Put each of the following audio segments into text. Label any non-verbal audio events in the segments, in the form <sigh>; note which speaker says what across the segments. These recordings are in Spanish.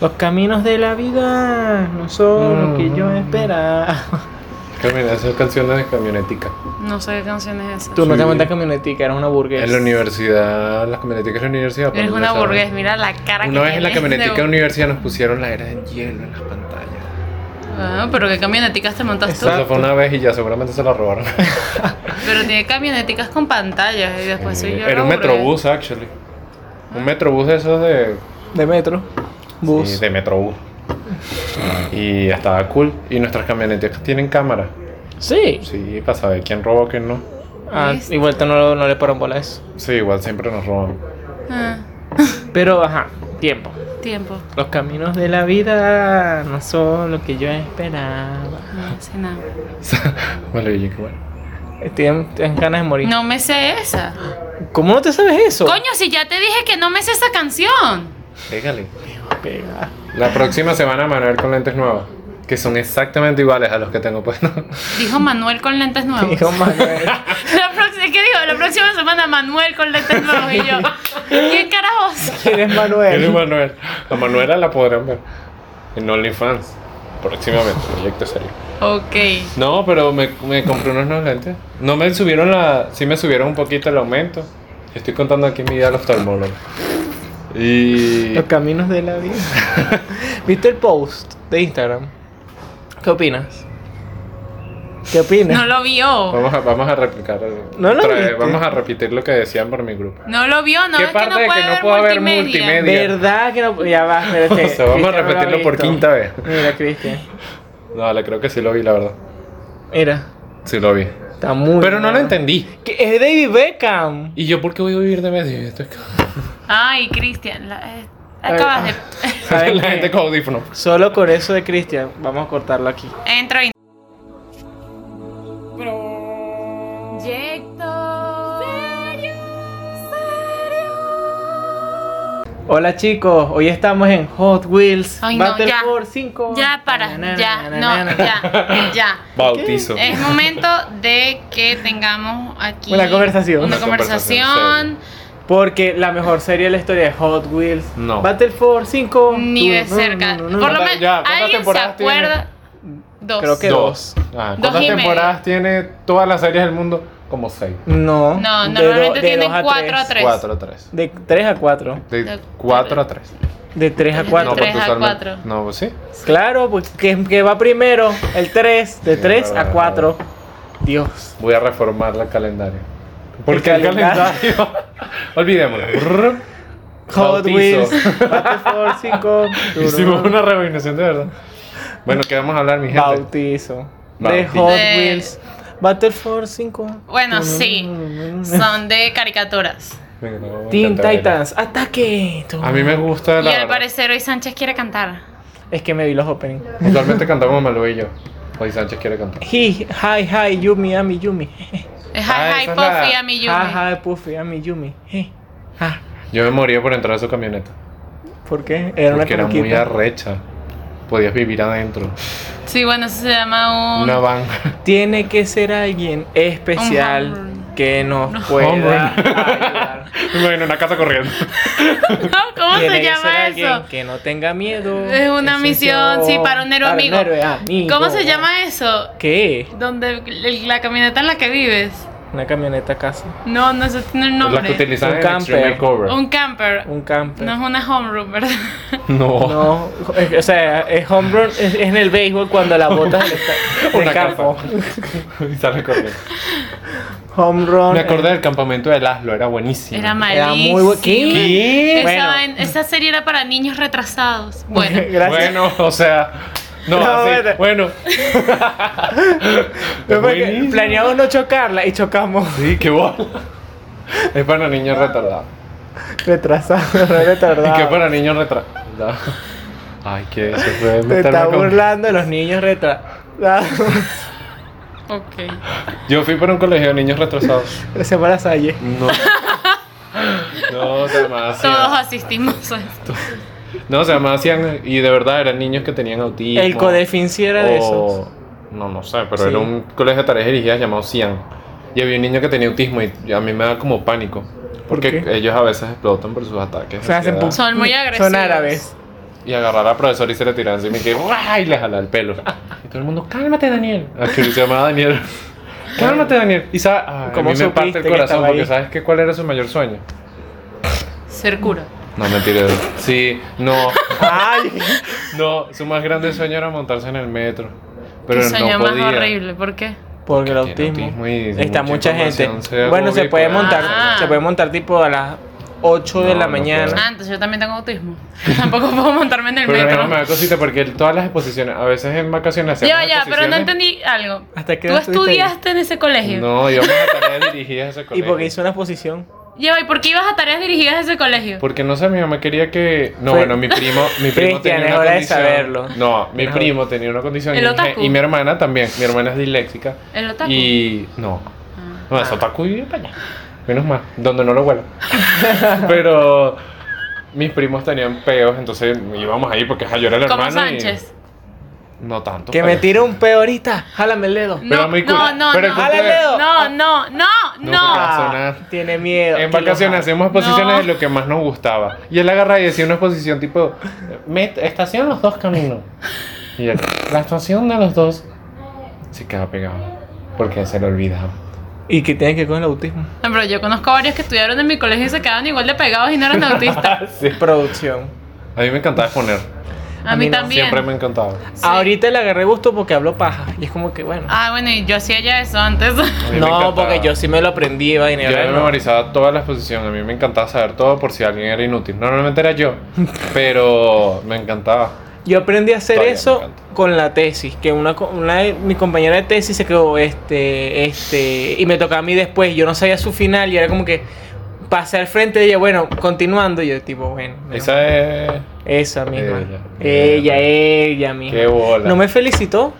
Speaker 1: Los caminos de la vida no son lo que yo esperaba.
Speaker 2: Camina, esas canciones de camionetica.
Speaker 3: No sé qué canción es esa.
Speaker 1: Tú no
Speaker 2: Sí.
Speaker 1: te montas camionetica, eres una burguesa.
Speaker 2: En la universidad, las camioneticas de la universidad.
Speaker 3: Eres
Speaker 2: ponen
Speaker 3: una
Speaker 2: esa-
Speaker 3: burgués, mira la cara que
Speaker 2: Una vez en la
Speaker 3: tienes de
Speaker 2: camionetica de la
Speaker 3: bu-
Speaker 2: universidad nos pusieron la era de hielo en las pantallas.
Speaker 3: Ah, pero qué camioneticas te montas tú.
Speaker 1: Exacto.
Speaker 2: Eso fue una vez y ya seguramente se la
Speaker 3: <laughs>
Speaker 2: robaron.
Speaker 3: Pero tiene camioneticas con pantallas y después soy Pues yo. Ah.
Speaker 2: Era
Speaker 3: la
Speaker 2: un
Speaker 3: burgués.
Speaker 2: metrobús, actually. Un metrobús de esos de,
Speaker 1: De metro. Bus.
Speaker 2: sí, de metrobús. Y estaba cool. Y nuestras camionetas tienen cámara.
Speaker 1: Sí.
Speaker 2: Sí, para saber quién robó quién no.
Speaker 1: Ah,
Speaker 3: ¿Viste?
Speaker 1: igual tú no, no le paran bola a eso.
Speaker 2: Sí, igual siempre nos roban.
Speaker 3: Ah,
Speaker 1: Pero, ajá, tiempo.
Speaker 3: tiempo.
Speaker 1: Los caminos de la vida no son lo que yo esperaba.
Speaker 3: No me sé nada.
Speaker 2: vale, oye, qué bueno.
Speaker 1: Estoy en, en ganas de morir.
Speaker 3: No me sé esa.
Speaker 1: ¿Cómo no te sabes eso?
Speaker 3: Coño, si ya te dije que no me sé esa canción.
Speaker 2: Pégale.
Speaker 1: Pega. <laughs>
Speaker 2: La próxima semana Manuel con lentes nuevas. Que son exactamente iguales a los que tengo puestos.
Speaker 3: Dijo Manuel con lentes nuevos.
Speaker 1: Hijo Manuel.
Speaker 3: La próxima, ¿Qué digo? La próxima semana Manuel con lentes nuevos
Speaker 2: <laughs>
Speaker 3: y yo. ¿Qué carajos?
Speaker 1: ¿Quién es
Speaker 2: Él es
Speaker 1: Manuel?
Speaker 2: Manuel. A Manuela la podrán ver. En OnlyFans. Próximamente, proyecto serio.
Speaker 3: Ok.
Speaker 2: No, pero me, me compré unos nuevos lentes. No me subieron la. Sí me subieron un poquito el aumento. Estoy contando aquí mi vida al oftalmólogo. Y.
Speaker 1: Los caminos de la vida.
Speaker 2: <laughs>
Speaker 1: ¿Viste el post de Instagram? ¿Qué opinas? ¿Qué opinas?
Speaker 3: No lo vio.
Speaker 2: Vamos a, vamos a replicar. el-
Speaker 1: No lo
Speaker 2: otra vez,
Speaker 1: viste.
Speaker 2: Vamos a repetir lo que decían por mi grupo.
Speaker 3: No lo vio, no
Speaker 2: ¿Qué
Speaker 3: es que
Speaker 2: parte
Speaker 3: no
Speaker 2: de
Speaker 3: puede
Speaker 2: que no
Speaker 3: haber
Speaker 2: puedo haber
Speaker 3: multimedia.
Speaker 2: multimedia?
Speaker 1: ¿Verdad que no? Ya va,
Speaker 2: <laughs>
Speaker 1: espérate.
Speaker 2: O sea, vamos
Speaker 1: Cristian
Speaker 2: a
Speaker 1: no lo ha
Speaker 2: repetirlo por
Speaker 1: visto.
Speaker 2: quinta vez.
Speaker 1: Mira, Cristian.
Speaker 2: No, le creo que sí lo vi, la verdad.
Speaker 1: Mira,
Speaker 2: Sí lo vi.
Speaker 1: está muy.
Speaker 2: Pero no lo
Speaker 1: mal.
Speaker 2: entendí.
Speaker 1: Que es David Beckham.
Speaker 2: ¿Y yo por qué voy a vivir de medio? Esto es
Speaker 3: Ay, Cristian, la- eh, acabas de. <laughs>
Speaker 1: ¿Saben
Speaker 2: <laughs> <laughs> la
Speaker 1: qué?
Speaker 2: gente con audífonos.
Speaker 1: Solo con eso de Cristian, vamos a cortarlo aquí.
Speaker 3: Entro y.
Speaker 1: Hola chicos, hoy estamos en Hot Wheels
Speaker 3: Ay, no,
Speaker 1: Battle
Speaker 3: ya.
Speaker 1: for 5.
Speaker 3: Ya, para, ya, no, ya, ya.
Speaker 2: Bautizo.
Speaker 3: Es momento de que tengamos aquí
Speaker 1: Una conversación.
Speaker 3: Una
Speaker 2: Una conversación
Speaker 3: conversación,
Speaker 1: Porque la mejor serie de la historia es Hot Wheels.
Speaker 2: No.
Speaker 1: Battle for 5.
Speaker 3: ni de
Speaker 1: No, no,
Speaker 3: cerca.
Speaker 1: no, no, no.
Speaker 3: Por lo
Speaker 2: Ya,
Speaker 3: menos,
Speaker 2: ya, ¿cuántas
Speaker 3: ¿alguien se
Speaker 2: temporadas tiene?
Speaker 3: acuerda? Dos.
Speaker 1: Creo que dos.
Speaker 2: Ah,
Speaker 3: Dos
Speaker 2: ¿Cuántas
Speaker 3: y media.
Speaker 2: temporadas tiene todas las series del mundo? Como seis.
Speaker 1: No.
Speaker 3: No,
Speaker 1: de do- de
Speaker 3: normalmente tienen
Speaker 1: dos a
Speaker 3: cuatro a
Speaker 1: tres.
Speaker 3: tres.
Speaker 2: Cuatro a tres.
Speaker 1: De 3 a 4.
Speaker 2: De
Speaker 3: De-
Speaker 2: cuatro a tres.
Speaker 1: De 3 a
Speaker 3: De
Speaker 1: 4.
Speaker 3: tres
Speaker 2: porque
Speaker 3: a
Speaker 2: usualmente-
Speaker 3: cuatro.
Speaker 2: No, pues sí.
Speaker 1: Claro, pues que, que va primero el 3, de
Speaker 2: Sí,
Speaker 1: 3
Speaker 2: verdad,
Speaker 1: a 4. Dios.
Speaker 2: Voy a reformar el calendario. ¿Por
Speaker 1: El
Speaker 2: qué el
Speaker 1: calendario.
Speaker 2: calendario? <laughs> Olvidémoslo. Brrr.
Speaker 1: Hot
Speaker 2: Bautizo. <laughs>
Speaker 1: Wheels, Battle for 5.
Speaker 2: Hicimos una revolución de verdad. Bueno, ¿qué vamos a hablar, mi gente?
Speaker 1: Bautizo. De
Speaker 2: Bautizo.
Speaker 1: Hot
Speaker 3: De-
Speaker 1: Wheels. Battle for 5.
Speaker 3: Bueno, sí.
Speaker 1: <laughs>
Speaker 3: Son de caricaturas.
Speaker 2: Venga, no, me
Speaker 1: Teen
Speaker 2: encanta bailar.
Speaker 1: Titans, ataque.
Speaker 2: A mí me gusta
Speaker 3: Y
Speaker 2: la.
Speaker 3: al
Speaker 2: verdad.
Speaker 3: parecer hoy Sánchez quiere cantar.
Speaker 1: Es que me vi los openings.
Speaker 2: Usualmente cantamos Malú y yo. Hoy Sánchez quiere cantar.
Speaker 1: He, hi, hi, Yumi, Ami, Yumi.
Speaker 3: Es
Speaker 2: Ah,
Speaker 3: Hi
Speaker 2: esa
Speaker 3: Hi
Speaker 2: es
Speaker 3: Puffy
Speaker 2: la-
Speaker 3: a mi Yumi.
Speaker 1: Hi, hi, Puffy, Ami, Yumi. Hey. Ah,
Speaker 2: Yo me moría por entrar a su camioneta.
Speaker 1: ¿Por qué? Era una
Speaker 2: porque era muy
Speaker 1: comiquita.
Speaker 2: arrecha. Podías vivir adentro.
Speaker 3: Sí, bueno, eso se llama un.
Speaker 2: Una van.
Speaker 1: Tiene que ser alguien especial
Speaker 3: Un
Speaker 1: que nos
Speaker 2: Hombre.
Speaker 1: pueda ayudar.
Speaker 2: bueno, una casa corriendo.
Speaker 3: <laughs> ¿Cómo
Speaker 1: Tiene
Speaker 3: se
Speaker 1: que
Speaker 3: llama
Speaker 1: ser alguien
Speaker 3: eso?
Speaker 1: que no tenga miedo.
Speaker 3: Es una misión, sí, para un héroe
Speaker 1: para
Speaker 3: amigo.
Speaker 1: héroe amigo.
Speaker 3: ¿Cómo se llama eso?
Speaker 1: ¿Qué?
Speaker 3: Donde el- la camioneta en la que vives.
Speaker 1: Una camioneta casa.
Speaker 3: No, no, eso tiene un
Speaker 2: La que
Speaker 3: nombre.
Speaker 2: utilizaban
Speaker 1: Un
Speaker 2: en Extreme
Speaker 1: camper.
Speaker 2: Makeover.
Speaker 3: Un camper.
Speaker 1: Un camper.
Speaker 3: No es una homeroom, ¿verdad?
Speaker 2: No.
Speaker 1: No, o sea, es home run, es, es en el béisbol cuando la botas del esta- del
Speaker 2: <laughs> Una
Speaker 1: campo.
Speaker 2: casa. <laughs> y sale corriendo.
Speaker 1: Home run.
Speaker 2: Me acordé del campamento de Laszlo, era buenísimo.
Speaker 3: Era
Speaker 1: eh, Era
Speaker 3: malísimo.
Speaker 1: muy bu- ¿Qué?
Speaker 3: Esa,
Speaker 2: ¿Qué?
Speaker 1: Bueno.
Speaker 3: vaina- esa serie era para niños retrasados. Bueno,
Speaker 1: <laughs> Gracias.
Speaker 2: Bueno, o sea. No,
Speaker 1: No,
Speaker 2: así,
Speaker 1: <laughs>
Speaker 2: bueno.
Speaker 1: Fue porque
Speaker 2: Buenísimo.
Speaker 1: planeamos no chocarla y chocamos. <laughs>
Speaker 2: Sí, qué bola. Es para niños retardados.
Speaker 1: Retrasado, no
Speaker 2: ¿Y qué
Speaker 1: retardado.
Speaker 2: para niños retardados? Ay, qué eso fue
Speaker 1: Te
Speaker 2: meterme
Speaker 1: está
Speaker 2: con-
Speaker 1: burlando de los niños retrasados.
Speaker 3: ok.
Speaker 2: Yo fui para un colegio de niños retrasados.
Speaker 1: <laughs> Se llama la Salle.
Speaker 2: No. <laughs> No, se llamaba
Speaker 3: Todos
Speaker 2: Cian.
Speaker 3: asistimos a esto.
Speaker 2: No, se llamaba Cian. Y de verdad eran niños que tenían autismo.
Speaker 1: El Codefin sí era de esos.
Speaker 2: o- No, no sé, pero
Speaker 1: Sí.
Speaker 2: era un colegio de tareas dirigidas llamado Cian. Y había un niño que tenía autismo y a mí me da como pánico.
Speaker 1: ¿Por
Speaker 2: Porque
Speaker 1: qué?
Speaker 2: ellos a veces explotan por sus ataques.
Speaker 1: Se hacen
Speaker 2: de ansiedad.
Speaker 1: pum.
Speaker 3: Son muy agresivos.
Speaker 1: Son árabes.
Speaker 2: y agarrar a la profesora y se le tiraba encima y que ¡guau! y le jalaba el
Speaker 1: <laughs>
Speaker 2: pelo. Y todo el mundo, cálmate Daniel. Aquí se llamaba Daniel. cálmate Daniel. Y sabe, Ay,
Speaker 1: ¿Cómo
Speaker 2: a mí me parte
Speaker 1: supiste
Speaker 2: el
Speaker 1: que
Speaker 2: corazón
Speaker 1: estaba
Speaker 2: porque
Speaker 1: ahí?
Speaker 2: ¿sabes qué? ¿Cuál era su mayor sueño?
Speaker 3: Ser cura.
Speaker 2: No, mentira. Sí, no,
Speaker 1: Ay,
Speaker 2: <laughs> no, su más grande sueño era montarse en el metro. Pero
Speaker 3: Qué sueño
Speaker 2: no podía.
Speaker 3: más horrible. ¿Por qué?
Speaker 1: porque el
Speaker 2: Tiene
Speaker 1: autismo.
Speaker 2: autismo y
Speaker 1: Está
Speaker 2: mucha
Speaker 1: mucha gente.
Speaker 2: información, sea
Speaker 1: Bueno, se
Speaker 2: bipolar.
Speaker 1: puede montar,
Speaker 3: Ah.
Speaker 1: se puede montar tipo a las 8 de
Speaker 2: No,
Speaker 1: la
Speaker 2: no
Speaker 1: mañana.
Speaker 2: puedo.
Speaker 3: Ah, entonces yo también tengo autismo. <laughs> Tampoco puedo montarme en el
Speaker 2: Pero
Speaker 3: metro.
Speaker 2: no me da cosita porque él- todas las exposiciones, a veces en vacaciones hacemos
Speaker 3: Ya, ya, pero no
Speaker 2: exposiciones.
Speaker 3: entendí algo.
Speaker 1: ¿Hasta qué
Speaker 3: ¿Tú
Speaker 1: edad estuviste ahí?
Speaker 3: estudiaste en ese colegio?
Speaker 2: No, íbamos a tareas dirigidas a ese
Speaker 1: Y
Speaker 2: colegio.
Speaker 1: porque hizo una exposición.
Speaker 3: Lleva, ¿y por qué ibas a tareas dirigidas a ese colegio?
Speaker 2: Porque no sé, mi mamá quería que. No,
Speaker 1: Fue-
Speaker 2: bueno, mi primo, mi primo
Speaker 1: Cristian,
Speaker 2: tenía
Speaker 1: es
Speaker 2: una
Speaker 1: hora de
Speaker 2: condición.
Speaker 1: saberlo.
Speaker 2: No, mi
Speaker 1: Ajá.
Speaker 2: primo tenía una condición.
Speaker 3: El
Speaker 2: y-
Speaker 3: otaku.
Speaker 2: Y mi hermana también. Mi hermana es disléxica.
Speaker 3: ¿El otaku? Ah.
Speaker 2: Y. No. No, es otaku y vive para allá. Menos mal, donde no lo
Speaker 3: <laughs>
Speaker 2: huelo. Pero. Mis primos tenían peos, entonces íbamos ahí porque ajá, yo era el hermano.
Speaker 3: Como
Speaker 2: y-
Speaker 3: Sánchez.
Speaker 2: No tanto.
Speaker 1: Que
Speaker 2: pero-
Speaker 1: me tire un peo ahorita, jálame el dedo.
Speaker 2: Pero
Speaker 3: No,
Speaker 2: muy cool.
Speaker 3: no, no,
Speaker 2: Pero el
Speaker 3: no.
Speaker 2: cumple-
Speaker 1: Jálale, Leo.
Speaker 3: No, no, no,
Speaker 2: porque
Speaker 3: no.
Speaker 2: va a sonar.
Speaker 1: Ah, Tiene miedo.
Speaker 2: En
Speaker 1: que lo
Speaker 2: vacaciones
Speaker 1: jale.
Speaker 2: hacemos exposiciones
Speaker 3: No.
Speaker 2: de lo que más nos gustaba. Y él agarra y decía una exposición tipo: "Met- Estación los dos caminos. Y él, la estación de los dos se queda pegado. Porque se le olvidaba.
Speaker 1: ¿Y que tiene que ver con el autismo?
Speaker 3: No, pero yo conozco a varios que estudiaron en mi colegio y se quedaron igual de pegados y
Speaker 2: <laughs>
Speaker 3: no eran autistas.
Speaker 2: Sí.
Speaker 1: Producción.
Speaker 2: A mí me encantaba exponer.
Speaker 3: A
Speaker 1: A
Speaker 3: mí
Speaker 1: mí no.
Speaker 3: también.
Speaker 2: Siempre me encantaba.
Speaker 1: Ahorita le agarré gusto porque hablo paja. Y es como que bueno.
Speaker 3: Ah, bueno, y yo hacía ya eso antes.
Speaker 2: A mí me
Speaker 1: no,
Speaker 2: encantaba.
Speaker 1: porque yo sí me lo aprendí, vaina. y
Speaker 2: Yo
Speaker 1: ahora
Speaker 2: me
Speaker 1: no.
Speaker 2: memorizaba toda la exposición. A mí me encantaba saber todo por si alguien era inútil. Normalmente era <laughs> yo. Pero me encantaba.
Speaker 1: Yo aprendí a hacer
Speaker 2: Todavía me
Speaker 1: eso
Speaker 2: encanta.
Speaker 1: con la tesis, que una, co- una de- mi compañera de tesis se quedó, este, este, y me tocaba a mí después, yo no sabía su final y era como que pasé al frente de ella, bueno, continuando, y yo tipo, bueno, no.
Speaker 2: Esa es.
Speaker 1: esa misma,
Speaker 2: Ella.
Speaker 1: ella, ella,
Speaker 2: Mierda.
Speaker 1: misma.
Speaker 2: Qué bola.
Speaker 1: No me felicitó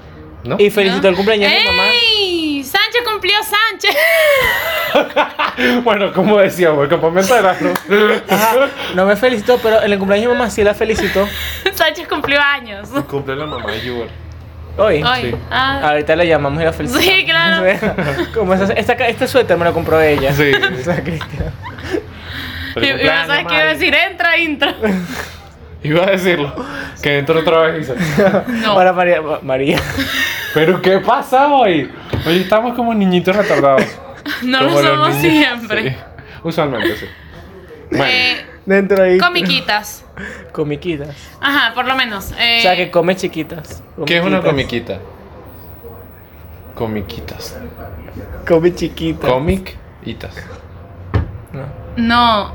Speaker 2: ¿No?
Speaker 1: y <laughs> felicitó el cumpleaños de mi mamá.
Speaker 3: ¡Ey! Sánchez cumplió Sánchez.
Speaker 2: <laughs>
Speaker 3: <laughs>
Speaker 2: Bueno, como decíamos, el campamento de las luces.
Speaker 1: Ajá, no me felicitó, pero en el cumpleaños de mi mamá sí la felicitó
Speaker 3: Sánchez cumplió años.
Speaker 2: <laughs> Cumple la mamá de Yuber.
Speaker 1: hoy.
Speaker 3: Hoy.
Speaker 2: Sí.
Speaker 3: Ah,
Speaker 1: Ahorita la llamamos y la felicitamos.
Speaker 3: Sí, <laughs> claro.
Speaker 1: <laughs> Como esa- esta, ca- este suéter me lo compró ella. <laughs>
Speaker 3: <laughs>
Speaker 2: Sí.
Speaker 1: O sea, Cristian.
Speaker 3: y, y no sabes qué iba a decir.
Speaker 2: <laughs>
Speaker 3: Entra, intro.
Speaker 2: Iba a decirlo. Que entró otra vez y dice,
Speaker 3: No.
Speaker 1: Ahora María. María. <laughs>
Speaker 2: ¿pero qué pasa hoy? Hoy estamos como niñitos retardados.
Speaker 3: <laughs> No lo
Speaker 2: Como los
Speaker 3: somos
Speaker 2: niños-
Speaker 3: siempre.
Speaker 2: Sí. Usualmente, sí. Bueno,
Speaker 3: Eh,
Speaker 1: Dentro ahí.
Speaker 3: comiquitas.
Speaker 1: <laughs> Comiquitas.
Speaker 3: Ajá, por lo menos. Eh,
Speaker 1: O sea, que come chiquitas.
Speaker 2: ¿qué es una
Speaker 1: Comiquitas.
Speaker 2: comiquita? Comiquitas.
Speaker 1: Come chiquitas.
Speaker 2: Comiquitas.
Speaker 1: No.
Speaker 3: No.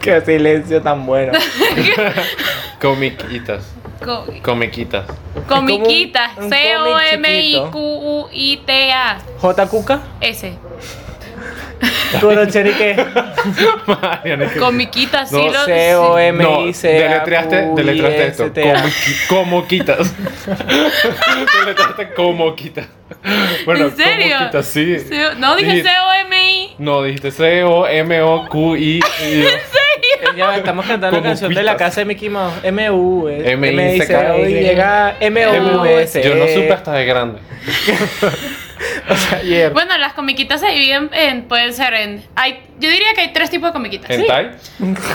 Speaker 1: Qué silencio tan
Speaker 3: <laughs>
Speaker 1: bueno.
Speaker 2: Comiquitas.
Speaker 3: Co-
Speaker 2: Comiquitas.
Speaker 3: comiquitas.
Speaker 1: un- un cómic
Speaker 3: C-O-M-I-Q-U-I-T-A.
Speaker 1: J. Cuca.
Speaker 3: Ese.
Speaker 1: Coro
Speaker 3: <laughs>
Speaker 1: Cherique.
Speaker 2: <laughs> Mariana, qué-
Speaker 3: Comiquitas, sí
Speaker 2: No,
Speaker 3: lo.
Speaker 1: C O M
Speaker 2: No,
Speaker 1: I C A.
Speaker 2: deletreaste,
Speaker 1: U, I,
Speaker 2: deletreaste esto.
Speaker 1: S, T, A.
Speaker 2: Comiqui- Como quitas. <laughs> deletreaste como quitas. Bueno,
Speaker 3: ¿En serio?
Speaker 2: Como quitas, sí.
Speaker 3: sí. No dije
Speaker 2: Dijiste-
Speaker 3: C-O-M-I.
Speaker 2: No, dijiste C-O-M-O-Q-I.
Speaker 1: Ya estamos cantando la
Speaker 2: Como
Speaker 1: canción de
Speaker 2: quitas.
Speaker 1: la casa de Mickey Mouse. M U S
Speaker 2: M, I,
Speaker 1: M, I,
Speaker 2: C,
Speaker 1: C
Speaker 2: K,
Speaker 1: O y
Speaker 2: Y.
Speaker 1: llega M O
Speaker 3: M, U,
Speaker 1: S. E.
Speaker 2: Yo no supe hasta de grande.
Speaker 1: ayer.
Speaker 3: Bueno, las comiquitas se dividen en. Pueden ser en. Hay, yo diría que hay tres tipos de comiquitas.
Speaker 2: ¿Hentai?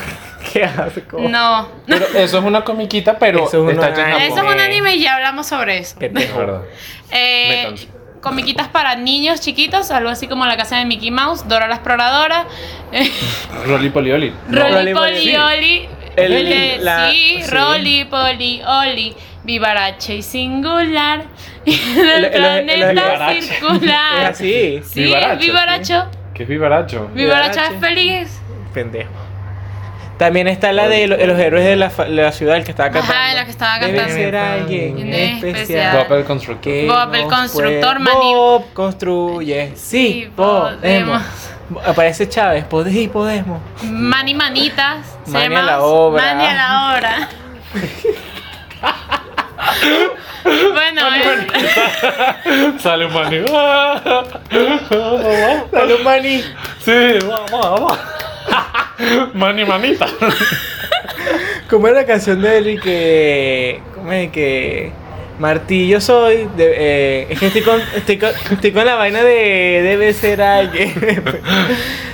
Speaker 1: <laughs> Qué asco.
Speaker 3: No.
Speaker 2: Pero eso es una comiquita, pero
Speaker 1: Eso es
Speaker 2: está
Speaker 1: una-
Speaker 2: hecha en
Speaker 3: Eso
Speaker 2: Japón.
Speaker 3: es un anime y ya hablamos sobre eso.
Speaker 1: Qué
Speaker 2: Es
Speaker 3: <laughs>
Speaker 1: pejo.
Speaker 2: verdad. Me
Speaker 3: Eh,
Speaker 2: canso.
Speaker 3: comiquitas para niños chiquitos, algo así como La Casa de Mickey Mouse, Dora la Exploradora, eh,
Speaker 2: Rolly Polioli.
Speaker 3: Rolly
Speaker 1: Rolly
Speaker 3: Poli
Speaker 1: Poli.
Speaker 3: Oli.
Speaker 1: El-
Speaker 3: eh,
Speaker 1: la-
Speaker 3: sí,
Speaker 1: sí.
Speaker 3: Rolly Poli Oli. Vivarache y singular. <laughs> Del
Speaker 1: el- el-
Speaker 3: planeta
Speaker 2: vivarache.
Speaker 1: Es
Speaker 3: circular.
Speaker 1: así.
Speaker 3: Sí,
Speaker 2: Vivaracho,
Speaker 3: el vivaracho.
Speaker 2: ¿Qué es vivaracho?
Speaker 3: Vivaracho es
Speaker 1: Vivarache.
Speaker 3: feliz.
Speaker 1: Pendejo. También está la de lo- los héroes de la, fa- de la ciudad, el que estaba
Speaker 3: Ajá,
Speaker 1: cantando.
Speaker 3: la que estaba
Speaker 1: Debe
Speaker 3: cantando.
Speaker 1: ser alguien
Speaker 3: Alguien especial.
Speaker 1: especial.
Speaker 2: Bob el Constructor.
Speaker 1: que
Speaker 3: Bob el
Speaker 1: nos
Speaker 3: constructor,
Speaker 1: puede-
Speaker 3: maní.
Speaker 1: Bob construye. Sí,
Speaker 3: Sí, podemos.
Speaker 1: podemos. Aparece Chávez. Podés y podemos.
Speaker 3: Mani Manitas. se
Speaker 1: Mani a
Speaker 3: llama-
Speaker 1: la obra.
Speaker 3: Mani a la
Speaker 1: <laughs>
Speaker 3: obra. bueno, eh,
Speaker 2: Sale un maní. Ah,
Speaker 1: Dale un maní.
Speaker 2: Sí, vamos, vamos. Mani, manita.
Speaker 1: Como era la canción de él y que. ¿Cómo es que.? Martillo soy. de- eh, es que estoy con, estoy, con, <laughs> estoy con la vaina de. Debe ser alguien.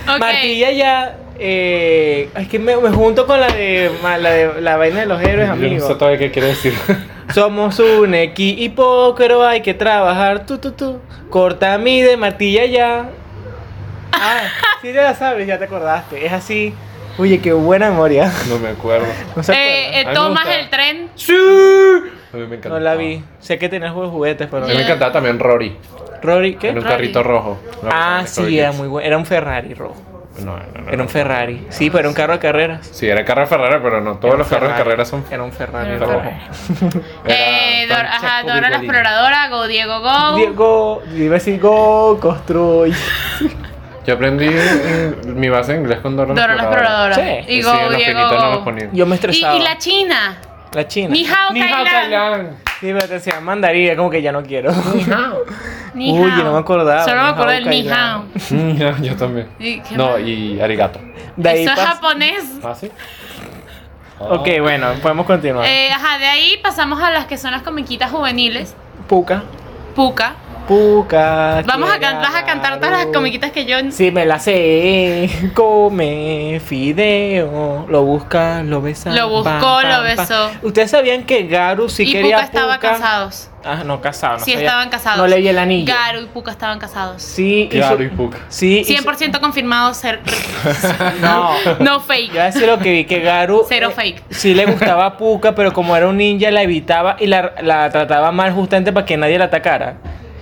Speaker 3: Ok.
Speaker 1: Martilla ya. eh, es que me, me junto con la de, ma- la de la vaina de los héroes,
Speaker 2: Yo no sé
Speaker 1: amigos.
Speaker 2: todavía qué quiere decir.
Speaker 1: Somos un equipo, pero hay que trabajar. Tú, tú, tú. Corta mi de martilla ya. Ah, sí, ya la sabes, ya te acordaste. Es así. Oye, qué buena memoria.
Speaker 2: No me acuerdo.
Speaker 1: No se acuerda.
Speaker 2: A
Speaker 3: Eh, eh,
Speaker 2: mí me
Speaker 3: tomas
Speaker 2: gusta.
Speaker 3: el tren.
Speaker 1: Sí.
Speaker 2: A mí me encanta.
Speaker 1: No la vi. Sé que tenías juegos de juguetes, pero no.
Speaker 2: A mí me encantaba también Rory.
Speaker 1: Rory,
Speaker 2: Era
Speaker 1: ¿qué?
Speaker 2: un carrito rojo. No,
Speaker 1: Ah,
Speaker 2: no,
Speaker 1: sí, era muy bueno. Era un Ferrari rojo.
Speaker 2: No, no, no.
Speaker 1: Era un
Speaker 2: no.
Speaker 1: Ferrari. Sí, pero era un carro de carreras.
Speaker 2: Sí, era carro de Ferrari, pero no todos
Speaker 1: Era un
Speaker 2: los carros de
Speaker 1: Ferrari.
Speaker 2: carrera son
Speaker 1: Era un Ferrari
Speaker 3: Era un
Speaker 1: rojo.
Speaker 2: Ferrari.
Speaker 3: Eh,
Speaker 2: Era
Speaker 3: Dor-
Speaker 2: Francesco
Speaker 3: ajá, Dora la
Speaker 2: Virgolini.
Speaker 3: exploradora, Go Diego Go.
Speaker 1: Diego, iba a decir go, construye.
Speaker 2: Yo aprendí eh, mi base en inglés con Dora
Speaker 3: Dora la exploradora.
Speaker 1: Sí.
Speaker 3: Y
Speaker 2: Y
Speaker 3: Go
Speaker 2: sí, en los
Speaker 3: Diego
Speaker 2: pinitos no los
Speaker 3: Go.
Speaker 2: ponían.
Speaker 1: Yo me
Speaker 3: Y,
Speaker 1: estresaba.
Speaker 3: y la China.
Speaker 1: La China.
Speaker 3: Ni hao
Speaker 2: Ni hao
Speaker 3: Kailan.
Speaker 2: Kailan.
Speaker 1: Sí, pero te decía mandaría, como que ya no quiero.
Speaker 3: Ni
Speaker 1: Uy,
Speaker 3: hao.
Speaker 1: no me acordaba,
Speaker 3: Solo me
Speaker 1: ni
Speaker 3: acuerdo
Speaker 1: hao
Speaker 3: del Ni
Speaker 1: Kailan.
Speaker 3: hao.
Speaker 2: <laughs> Mm, ya, Yo también.
Speaker 3: ¿Y qué
Speaker 2: No,
Speaker 3: más?
Speaker 2: y arigato.
Speaker 1: <laughs> De ahí
Speaker 3: Eso es
Speaker 1: pas-
Speaker 3: japonés.
Speaker 2: ¿Ah, sí?
Speaker 1: Ah, Ok, bueno, podemos continuar.
Speaker 3: Eh, ajá, de ahí pasamos a las que son las comiquitas juveniles.
Speaker 1: Puca.
Speaker 3: Puka.
Speaker 1: Puca.
Speaker 3: Vamos a
Speaker 1: quiere
Speaker 3: cantar, vas a cantar todas las
Speaker 1: agarrar.
Speaker 3: comiquitas que yo.
Speaker 1: Sí, me la sé. Come fideo. Lo busca, lo besa.
Speaker 3: Lo buscó, lo besó.
Speaker 1: Ustedes sabían que Garu sí
Speaker 3: y
Speaker 1: quería
Speaker 3: Puka
Speaker 1: a
Speaker 3: estaba
Speaker 1: Puka?
Speaker 3: casados.
Speaker 1: Ah, no, casado. No
Speaker 3: sí,
Speaker 1: sabía.
Speaker 3: estaban casados.
Speaker 1: No le vi el anillo.
Speaker 3: Garu y Puka estaban casados.
Speaker 1: Sí, hizo-
Speaker 2: Claro, y Puka.
Speaker 1: Sí, hizo-
Speaker 3: 100%
Speaker 1: <laughs>
Speaker 3: confirmado ser.
Speaker 1: No.
Speaker 3: no
Speaker 1: Yo
Speaker 3: fake.
Speaker 1: así lo que vi que Garu.
Speaker 3: Cero
Speaker 1: eh,
Speaker 3: fake.
Speaker 1: Sí le gustaba a Puka, pero como era un ninja, la evitaba y la, la trataba mal justamente para que nadie la atacara.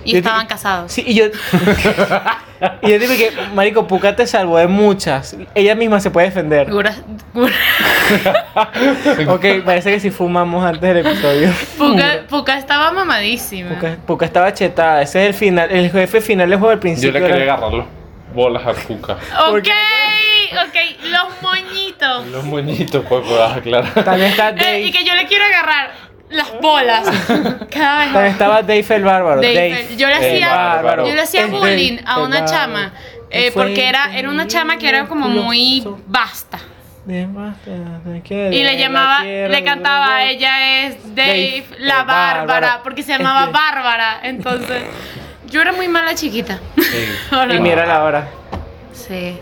Speaker 3: Y
Speaker 1: Yo
Speaker 3: estaban
Speaker 1: di-
Speaker 3: casados.
Speaker 1: Sí, y yo. <laughs> y yo dije que, Marico, Puka te salvó de muchas. Ella misma se puede defender.
Speaker 3: Gura-
Speaker 1: <laughs>
Speaker 3: Gura-
Speaker 1: Ok, parece que si fumamos antes del episodio.
Speaker 3: Puka, Puka estaba mamadísima.
Speaker 1: Puka, Puka estaba chetada. Ese es el final. El jefe final del juego al
Speaker 2: Yo
Speaker 1: principio.
Speaker 2: le quería
Speaker 1: era-
Speaker 2: agarrar los bolas a Puka.
Speaker 1: ¿Por
Speaker 3: Ok,
Speaker 1: qué?
Speaker 3: ok, los moñitos.
Speaker 2: Los moñitos, pues, pues, aclarar.
Speaker 1: También está
Speaker 3: Eh, y
Speaker 1: <laughs> Dave.
Speaker 3: que yo le quiero agarrar
Speaker 1: <laughs>
Speaker 3: las bolas. Cada vez
Speaker 1: También
Speaker 3: más.
Speaker 1: estaba Dave el bárbaro.
Speaker 3: Dave,
Speaker 1: Dave.
Speaker 3: eh, yo le
Speaker 2: Dave,
Speaker 3: hacía-
Speaker 2: bárbaro.
Speaker 3: Yo le hacía
Speaker 1: El
Speaker 3: bullying
Speaker 1: Dave,
Speaker 3: a una
Speaker 1: el
Speaker 3: chama. eh,
Speaker 1: bárbaro.
Speaker 3: porque era, era una chama que era como muy
Speaker 1: Musculoso.
Speaker 3: basta.
Speaker 1: De más, de más, de que
Speaker 3: Y
Speaker 1: de Eh, la
Speaker 3: le llamaba,
Speaker 1: tierra,
Speaker 3: le
Speaker 1: de
Speaker 3: cantaba,
Speaker 1: la-
Speaker 3: ella es Dave,
Speaker 1: Dave,
Speaker 3: la
Speaker 1: la Bárbara".
Speaker 3: Bárbara, porque se llamaba
Speaker 1: Este.
Speaker 3: Bárbara.
Speaker 1: <laughs>
Speaker 3: Entonces, yo era muy mala chiquita. Ahora
Speaker 1: Y
Speaker 3: no.
Speaker 1: mira la hora.
Speaker 3: Sí.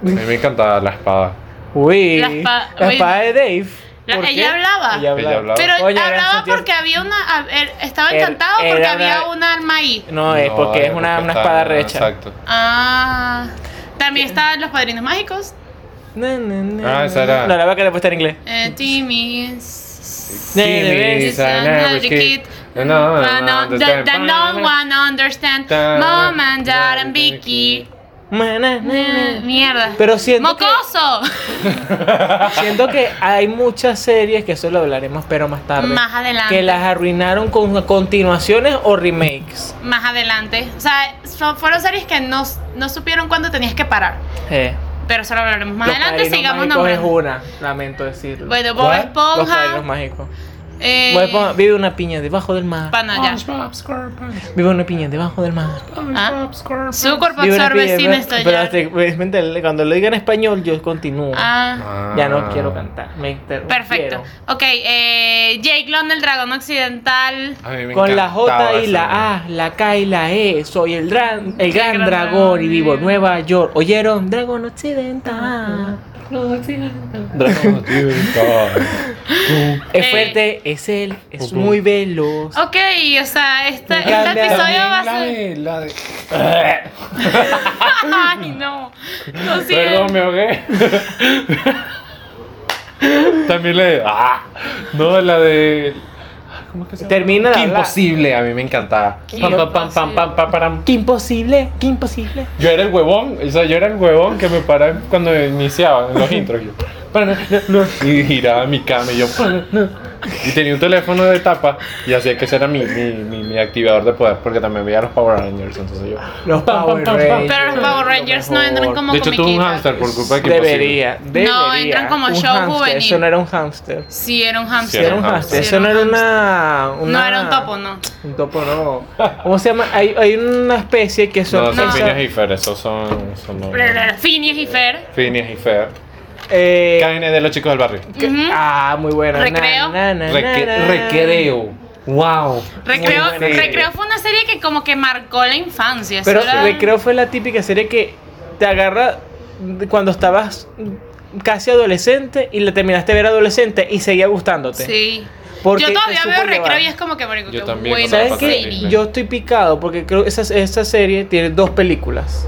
Speaker 2: A mí me encantaba la espada.
Speaker 1: Uy.
Speaker 3: La
Speaker 1: La,
Speaker 3: espa- uy.
Speaker 1: espada de Dave.
Speaker 3: La-
Speaker 1: ¿Por
Speaker 3: ella
Speaker 1: qué?
Speaker 3: hablaba.
Speaker 1: Ella hablaba.
Speaker 2: Ella hablaba.
Speaker 3: Pero
Speaker 1: Coño, era
Speaker 3: hablaba
Speaker 1: sentido-
Speaker 3: porque había una. a- él estaba
Speaker 1: Era-
Speaker 3: encantado porque
Speaker 1: Er, era
Speaker 3: había
Speaker 1: una-
Speaker 3: una alma ahí.
Speaker 1: No, es
Speaker 2: No,
Speaker 1: porque es
Speaker 2: era
Speaker 1: una,
Speaker 2: porque
Speaker 1: una
Speaker 2: está-
Speaker 1: espada recha.
Speaker 2: Exacto.
Speaker 3: Ah. También estaban los padrinos mágicos.
Speaker 1: Na, na, na,
Speaker 2: Ah, esa era-
Speaker 1: No, la verdad que le he puesto en inglés.
Speaker 3: Eh, Timmy. s-
Speaker 1: Sí,
Speaker 2: Timmy,
Speaker 1: He's
Speaker 3: s- and
Speaker 2: Sana,
Speaker 3: the kid.
Speaker 2: Wicked. No, no,
Speaker 3: Uh, no,
Speaker 2: no,
Speaker 3: that- that no one understand. Mom and Dad and Vicky.
Speaker 1: Na, na, na,
Speaker 3: Eh,
Speaker 1: na.
Speaker 3: Mierda.
Speaker 1: Pero siento que,
Speaker 3: ¡Mocoso!
Speaker 2: <laughs>
Speaker 1: siento que hay muchas series, que eso lo hablaremos pero más tarde,
Speaker 3: Más adelante.
Speaker 1: que las arruinaron con continuaciones o remakes.
Speaker 3: Más adelante. O sea, son- fueron series que no, no supieron cuándo tenías que parar.
Speaker 1: Eh,
Speaker 3: Pero eso lo hablaremos más
Speaker 1: Los
Speaker 3: adelante.
Speaker 1: Padrinos
Speaker 3: Sigamos
Speaker 1: Mágicos es
Speaker 3: nombrando.
Speaker 1: una, lamento decirlo.
Speaker 3: Bueno, Bob
Speaker 2: ¿Cuál?
Speaker 1: Los
Speaker 3: Esponja.
Speaker 1: Padrinos Mágicos.
Speaker 3: eh,
Speaker 1: Voy a poner- vive una piña debajo del mar.
Speaker 3: Panaya.
Speaker 2: SpongeBob SquarePants.
Speaker 1: Vive una piña debajo del mar.
Speaker 2: SpongeBob SquarePants.
Speaker 3: Ah. Su cuerpo
Speaker 1: Vive una
Speaker 3: absorbe sin
Speaker 1: piña debajo- Pero
Speaker 3: estallar.
Speaker 1: hasta- pues, me entiende, cuando lo diga en español, yo continúo.
Speaker 3: Ah,
Speaker 1: Ya no quiero cantar. Me interrumpieron.
Speaker 3: perfecto. Ok, eh, Jake Long, el dragón occidental.
Speaker 2: A mí me
Speaker 1: Con la
Speaker 2: encantaba
Speaker 1: J y
Speaker 2: esa
Speaker 1: la A, la K y la E, soy el, gran el gran
Speaker 3: gran
Speaker 1: dragón y vivo en
Speaker 3: dragón.
Speaker 1: Nueva York. ¿Oyeron? Dragón
Speaker 3: Ah.
Speaker 1: occidental.
Speaker 2: Dragón
Speaker 3: <laughs>
Speaker 2: occidental.
Speaker 1: Es
Speaker 3: Eh.
Speaker 1: fuerte, es él, es
Speaker 2: Ujú.
Speaker 1: muy veloz.
Speaker 3: Ok, o sea, este,
Speaker 1: Me
Speaker 3: este
Speaker 1: encanta.
Speaker 3: episodio va a
Speaker 2: La
Speaker 3: ser.
Speaker 2: de- la de- <laughs>
Speaker 3: <laughs> Ay, no. Lo
Speaker 2: Perdón,
Speaker 3: siento.
Speaker 2: me ahogué. También la de. ¡Ah! No, la de. ¿Cómo es que se
Speaker 3: Oh.
Speaker 2: llama?
Speaker 1: Termina de
Speaker 2: Qué
Speaker 1: hablar.
Speaker 2: imposible, a mí me encantaba.
Speaker 3: Qué
Speaker 2: Pam, pam, pam, pam, pam, pam, param.
Speaker 1: Qué imposible, qué imposible.
Speaker 2: Yo era el huevón, o sea, yo era el huevón que me paraba cuando iniciaba en los intros. Yo, "Para, no", y giraba mi cama y yo. "Para, no". Y tenía un teléfono de tapa y hacía que ese era mi, mi, mi, mi activador de poder porque también veía los Power Rangers. Entonces yo.
Speaker 1: Los
Speaker 2: pam,
Speaker 1: Power
Speaker 2: pam, pam.
Speaker 1: Rangers.
Speaker 3: Pero los Power Rangers no
Speaker 1: mejor.
Speaker 3: entran como
Speaker 2: De hecho, tuve un
Speaker 3: comiquitas.
Speaker 2: hamster por culpa de que
Speaker 1: Debería, debería.
Speaker 3: No, entran como
Speaker 1: Un
Speaker 3: show
Speaker 1: hámster,
Speaker 3: juvenil.
Speaker 1: Eso no era un hámster.
Speaker 3: Sí, era un hamster.
Speaker 2: Sí,
Speaker 1: Era un hámster. Eso no era una, una-
Speaker 3: No era un topo, no.
Speaker 1: Un topo no. ¿Cómo se llama? Hay, hay una especie que son.
Speaker 2: No, son
Speaker 3: No.
Speaker 2: Phineas y Fer, esos son. son los-
Speaker 3: Phineas y Fer.
Speaker 2: Phineas y Fer.
Speaker 1: Eh,
Speaker 2: KN de los chicos del barrio.
Speaker 1: que-
Speaker 3: Ujú.
Speaker 1: Ah, muy buena.
Speaker 3: Recreo.
Speaker 1: Na, na, na,
Speaker 2: Reque-
Speaker 1: na, na.
Speaker 2: recreo. ¡Wow!
Speaker 3: Recreo,
Speaker 1: Muy buena serie.
Speaker 3: Recreo fue una serie que como que marcó la infancia. eso
Speaker 1: Pero
Speaker 3: era-
Speaker 1: Recreo fue la típica serie que te agarra cuando estabas casi adolescente y la terminaste de ver adolescente y seguía gustándote.
Speaker 3: Sí.
Speaker 1: Porque
Speaker 3: Yo
Speaker 1: te
Speaker 3: todavía
Speaker 1: supo
Speaker 3: veo
Speaker 1: llevar.
Speaker 3: recreo y es como que, marico,
Speaker 2: Yo
Speaker 3: qué
Speaker 2: también,
Speaker 3: buena
Speaker 2: cuando
Speaker 1: ¿Sabes
Speaker 2: Papá
Speaker 1: qué?
Speaker 2: Disney.
Speaker 1: Yo estoy picado porque creo que esa, esa serie tiene dos películas.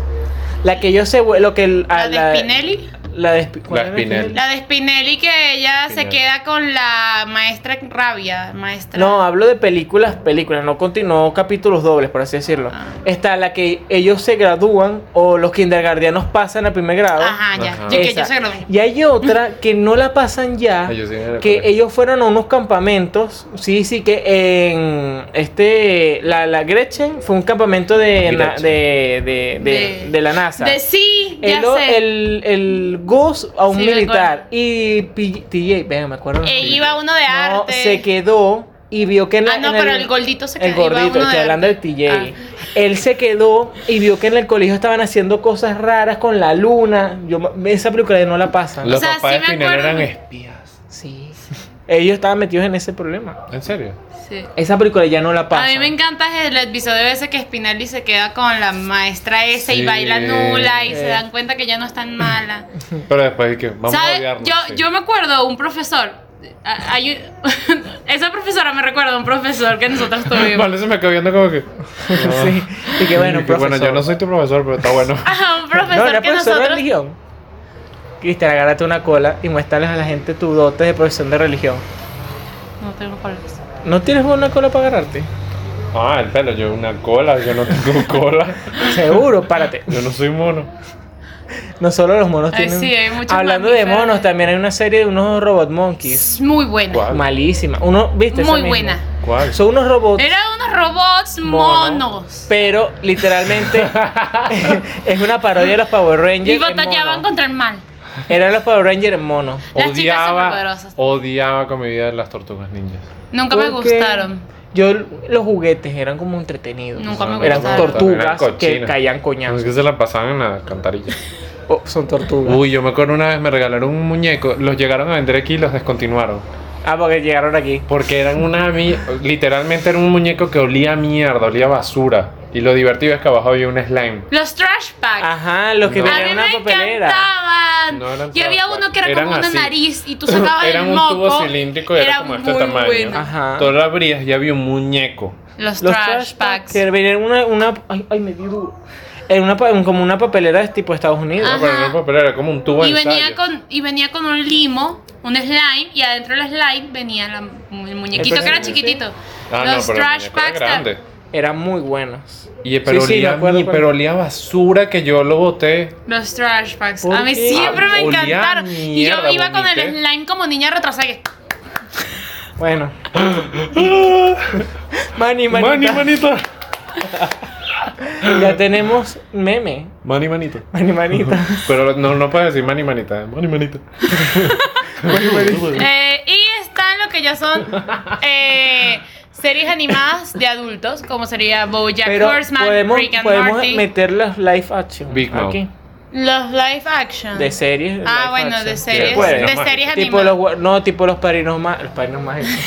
Speaker 1: La que yo sé, lo que... el- a
Speaker 3: La de Spinelli.
Speaker 1: La de, Spi- ¿cuál era
Speaker 2: Spinelli.
Speaker 3: La de Spinelli que ella se
Speaker 2: Spinelli.
Speaker 3: queda con la maestra rabia, maestra.
Speaker 1: No, hablo de películas, películas, no continuó capítulos dobles, por así decirlo.
Speaker 3: Ah.
Speaker 1: Está la que ellos se gradúan o los kindergardianos pasan a primer grado.
Speaker 3: Ajá, ya.
Speaker 2: Ajá.
Speaker 3: Yo que yo
Speaker 1: Esa.
Speaker 3: se gradué.
Speaker 1: Y hay otra que no la pasan ya,
Speaker 2: Ay, yo sí me la
Speaker 1: que
Speaker 2: acuerdo.
Speaker 1: ellos fueron a unos campamentos, sí, sí, que en este, la, la Gretchen fue un campamento de, na-
Speaker 2: Gretchen.
Speaker 1: de, de, de-
Speaker 3: De-
Speaker 1: de la NASA.
Speaker 3: De sí, ya
Speaker 1: el,
Speaker 3: sé.
Speaker 1: el, el Gus a un
Speaker 3: Sí, me
Speaker 1: militar
Speaker 3: acuerdo.
Speaker 1: y P- TJ, venga, me acuerdo.
Speaker 3: Eh, iba uno de
Speaker 1: No,
Speaker 3: arte.
Speaker 1: se quedó y vio que en la-
Speaker 3: Ah, no,
Speaker 1: en
Speaker 3: pero el gordito se
Speaker 1: El
Speaker 3: quedó, iba
Speaker 1: gordito,
Speaker 3: uno
Speaker 1: estoy
Speaker 3: de
Speaker 1: hablando del
Speaker 3: arte.
Speaker 1: TJ.
Speaker 3: Ah.
Speaker 1: Él se quedó y vio que en el colegio estaban haciendo cosas raras con la luna. Yo, me- esa película no la pasan.
Speaker 2: Los
Speaker 3: O sea,
Speaker 2: papás
Speaker 3: sí
Speaker 2: de
Speaker 3: me
Speaker 2: Spinelli
Speaker 3: acuerdo.
Speaker 2: eran espías.
Speaker 1: Sí. Ellos estaban metidos en ese problema.
Speaker 2: ¿En serio?
Speaker 3: Sí.
Speaker 1: Esa película ya no la pasan.
Speaker 3: A
Speaker 1: <laughs>
Speaker 3: mí Ah, me encanta el episodio ese que Spinelli se queda con la maestra esa y
Speaker 2: Sí.
Speaker 3: baila nula y
Speaker 1: Eh.
Speaker 3: se dan cuenta que ya no es tan mala.
Speaker 2: Pero después que <clears throat> vamos a
Speaker 3: ¿Sabes?
Speaker 2: odiarnos.
Speaker 3: Yo,
Speaker 2: sí. <laughs>
Speaker 3: yo me acuerdo un profesor. a- hay un- <laughs> esa profesora me recuerda a un profesor que nosotros
Speaker 2: <laughs>
Speaker 3: tuvimos.
Speaker 2: Vale, se me quedó viendo como <laughs> que.
Speaker 1: Sí. Y que bueno,
Speaker 2: Y que,
Speaker 1: profesor.
Speaker 2: bueno, yo no soy tu profesor, pero está bueno.
Speaker 3: Ajá, un
Speaker 1: No,
Speaker 3: profesor
Speaker 1: era
Speaker 3: que
Speaker 1: profesor de
Speaker 3: nosotros.
Speaker 1: religión. Cristian, agárrate una cola y muéstrales a la gente tu dote de profesión de religión.
Speaker 3: No tengo colores.
Speaker 1: ¿No tienes una cola para agarrarte?
Speaker 2: <laughs> Ah, el pelo, yo una cola, yo no <laughs> tengo cola.
Speaker 3: <laughs>
Speaker 1: Seguro, párate.
Speaker 2: Yo no soy mono.
Speaker 1: No solo los monos
Speaker 3: Ay,
Speaker 1: tienen.
Speaker 3: sí, hay muchos
Speaker 1: Hablando de
Speaker 3: mamíferos.
Speaker 1: monos, también hay una serie de unos robot monkeys.
Speaker 3: Es muy buena.
Speaker 2: ¿Cuál?
Speaker 1: Malísima. Uno, ¿viste? esa
Speaker 3: Muy
Speaker 1: misma?
Speaker 3: buena.
Speaker 2: ¿Cuál?
Speaker 1: Son unos robots
Speaker 3: Eran unos robots
Speaker 1: monos,
Speaker 3: monos.
Speaker 1: Pero <laughs> literalmente es una parodia de los Power Rangers.
Speaker 3: Y
Speaker 1: en
Speaker 3: batallaban
Speaker 1: mono.
Speaker 3: contra el mal.
Speaker 1: Eran los Power Rangers en mono.
Speaker 3: Las chicas
Speaker 2: Odiaba,
Speaker 3: superpoderosas.
Speaker 2: odiaba con mi vida las tortugas ninjas.
Speaker 3: Nunca me
Speaker 1: Porque
Speaker 3: gustaron.
Speaker 1: Yo, los juguetes eran como entretenidos.
Speaker 3: Nunca me
Speaker 1: Eran
Speaker 3: gustaron.
Speaker 2: Eran
Speaker 1: tortugas que
Speaker 2: cochinas.
Speaker 1: caían
Speaker 2: No, Es
Speaker 1: coñazos.
Speaker 2: que se la pasaban en la alcantarilla.
Speaker 1: Oh, son tortugas.
Speaker 2: Uy, yo me acuerdo una vez me regalaron un muñeco, los llegaron a vender aquí y los descontinuaron.
Speaker 1: Ah, porque llegaron aquí.
Speaker 2: Porque eran una mi- literalmente era un muñeco que olía a mierda, olía a basura. Y lo divertido es que abajo había un slime.
Speaker 3: Los trash packs.
Speaker 1: Ajá, los que
Speaker 2: No.
Speaker 1: venían
Speaker 3: A mí
Speaker 1: en Ah, una
Speaker 3: me
Speaker 1: papelera.
Speaker 3: encantaban.
Speaker 2: No eran
Speaker 3: y había
Speaker 2: todas
Speaker 3: uno que era
Speaker 2: eran
Speaker 3: como una
Speaker 2: así.
Speaker 3: nariz y tú
Speaker 2: <laughs>
Speaker 3: sacabas
Speaker 2: Eran
Speaker 3: el
Speaker 2: un
Speaker 3: moco.
Speaker 2: tubo cilíndrico y era, como este
Speaker 3: muy
Speaker 2: tamaño.
Speaker 3: bueno.
Speaker 1: Ajá.
Speaker 2: Tú lo abrías y había un muñeco.
Speaker 3: Los,
Speaker 1: Los
Speaker 3: trash, packs.
Speaker 1: Que venían en una, una. Ay, ay, me di duro. En una, pa- como una papelera de tipo Estados Unidos.
Speaker 2: No,
Speaker 3: Ajá.
Speaker 2: pero no era papel, era como un tubo
Speaker 3: Y
Speaker 2: de
Speaker 3: venía,
Speaker 2: ensayo.
Speaker 3: con, y venía con un limo, un slime, y adentro del slime venía la- el muñequito que era
Speaker 1: personaje.
Speaker 3: chiquitito.
Speaker 2: Ah, no,
Speaker 3: los
Speaker 2: pero el
Speaker 3: trash
Speaker 2: muñeco era
Speaker 3: packs. ta-
Speaker 2: grande.
Speaker 1: Eran muy buenas.
Speaker 2: Y, pero,
Speaker 1: Sí, sí, me
Speaker 2: olía, a
Speaker 1: acuerdo
Speaker 2: mí,
Speaker 1: cuando-
Speaker 2: pero olía a basura que yo lo boté.
Speaker 3: Los trash packs.
Speaker 1: ¿Por
Speaker 3: A mí
Speaker 1: qué? Ah,
Speaker 3: siempre
Speaker 2: Olía
Speaker 3: me
Speaker 2: a
Speaker 3: encantaron. Y yo
Speaker 2: mierda,
Speaker 3: iba con el
Speaker 1: ¿eh?
Speaker 2: vomité.
Speaker 3: slime como niña retrasada. que-
Speaker 2: <laughs>
Speaker 1: Bueno. Mani,
Speaker 2: Mani,
Speaker 1: manita.
Speaker 2: manita.
Speaker 1: Ya tenemos meme.
Speaker 2: Mani, manita.
Speaker 1: Mani, manita.
Speaker 2: Pero no, no puedes decir mani, manita. Mani, manita.
Speaker 3: Eh, y están lo que
Speaker 1: <laughs>
Speaker 3: ya son eh, series animadas de adultos, como sería BoJack
Speaker 1: Pero
Speaker 3: Horseman,
Speaker 1: podemos,
Speaker 3: Rick and
Speaker 1: podemos
Speaker 3: Morty,
Speaker 1: meter las live action
Speaker 2: Big Mouth.
Speaker 1: aquí.
Speaker 3: los live action.
Speaker 1: De series. de
Speaker 3: Ah,
Speaker 1: live
Speaker 3: bueno,
Speaker 1: action.
Speaker 3: de
Speaker 1: ¿Se
Speaker 3: series,
Speaker 1: puede?
Speaker 2: Sí,
Speaker 3: de
Speaker 2: no,
Speaker 3: series
Speaker 1: Tipo los,
Speaker 3: animadas.
Speaker 1: gua- no, tipo los padrinos más. Los padrinos
Speaker 3: <laughs>
Speaker 1: mágicos.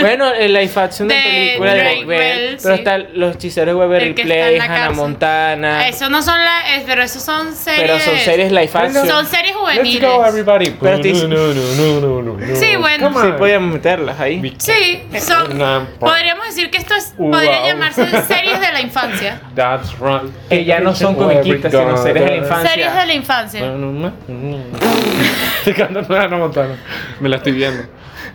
Speaker 1: bueno, el live action de,
Speaker 3: De
Speaker 1: película de
Speaker 3: Drake
Speaker 1: Drake Bell.
Speaker 3: Bell,
Speaker 1: pero
Speaker 3: sí.
Speaker 1: están los hechiceros de Waverly
Speaker 3: El que está en
Speaker 1: Place,
Speaker 3: la
Speaker 1: Hannah
Speaker 3: cárcel. Ah,
Speaker 1: Montana.
Speaker 3: Eso no son la, eh, pero esos son series.
Speaker 1: pero son series live action.
Speaker 3: Son series
Speaker 2: Let's go,
Speaker 3: juveniles.
Speaker 2: everybody.
Speaker 1: Pero te-
Speaker 2: no, no, no, no, no, no.
Speaker 3: Sí, bueno.
Speaker 2: Come
Speaker 1: Sí,
Speaker 2: on.
Speaker 1: podíamos meterlas ahí.
Speaker 3: Sí, son.
Speaker 2: Una-
Speaker 3: Podríamos decir que esto es-
Speaker 2: Wow.
Speaker 3: podría llamarse series de la infancia.
Speaker 2: That's right.
Speaker 1: Que ya no son comiquitas, sino series de la infancia.
Speaker 3: Series de la infancia.
Speaker 2: mm. <laughs> Estoy cantando Hannah Montana. Me la estoy viendo.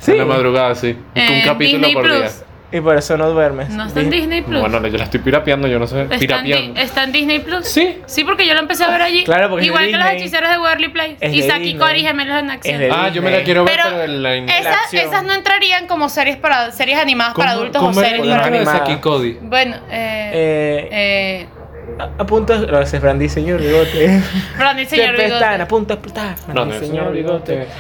Speaker 2: En la madrugada, sí.
Speaker 3: En
Speaker 2: un capítulo
Speaker 3: Eh, Disney
Speaker 2: por día.
Speaker 3: Plus.
Speaker 1: Y por eso no duermes.
Speaker 3: No está en
Speaker 1: Di-
Speaker 3: Disney Plus.
Speaker 2: Bueno, yo la estoy pirapeando, yo no sé.
Speaker 3: ¿Está en, Di-
Speaker 2: Pirapeando.
Speaker 3: está en Disney Plus?
Speaker 2: Sí.
Speaker 3: Sí, porque yo lo empecé a ver allí.
Speaker 1: Claro, porque es de
Speaker 3: Igual que los
Speaker 1: Disney.
Speaker 3: hechiceros de Waverly Place.
Speaker 1: Es de
Speaker 3: Isaac y
Speaker 1: Disney.
Speaker 3: Cory, gemelos en acción.
Speaker 1: Es de
Speaker 2: Ah, yo me la quiero ver,
Speaker 3: Pero
Speaker 2: pero, en la
Speaker 3: Esas-
Speaker 1: acción.
Speaker 3: esas no entrarían como series para series animadas para adultos o
Speaker 2: ¿Cómo era
Speaker 3: series
Speaker 2: el
Speaker 1: la
Speaker 3: para
Speaker 2: nombre de
Speaker 1: animada?
Speaker 2: Saki Cody?
Speaker 3: Bueno, eh.
Speaker 1: Eh,
Speaker 3: eh
Speaker 1: a- Apunta. No, se Brandy, señor
Speaker 3: <laughs>
Speaker 1: bigote.
Speaker 3: Brandy, señor
Speaker 1: Siempre están,
Speaker 3: Bigote.
Speaker 1: apunta, apunta.
Speaker 2: No,
Speaker 1: Brandy,
Speaker 2: no,
Speaker 1: señor
Speaker 2: señor
Speaker 1: bigote.
Speaker 2: bigote.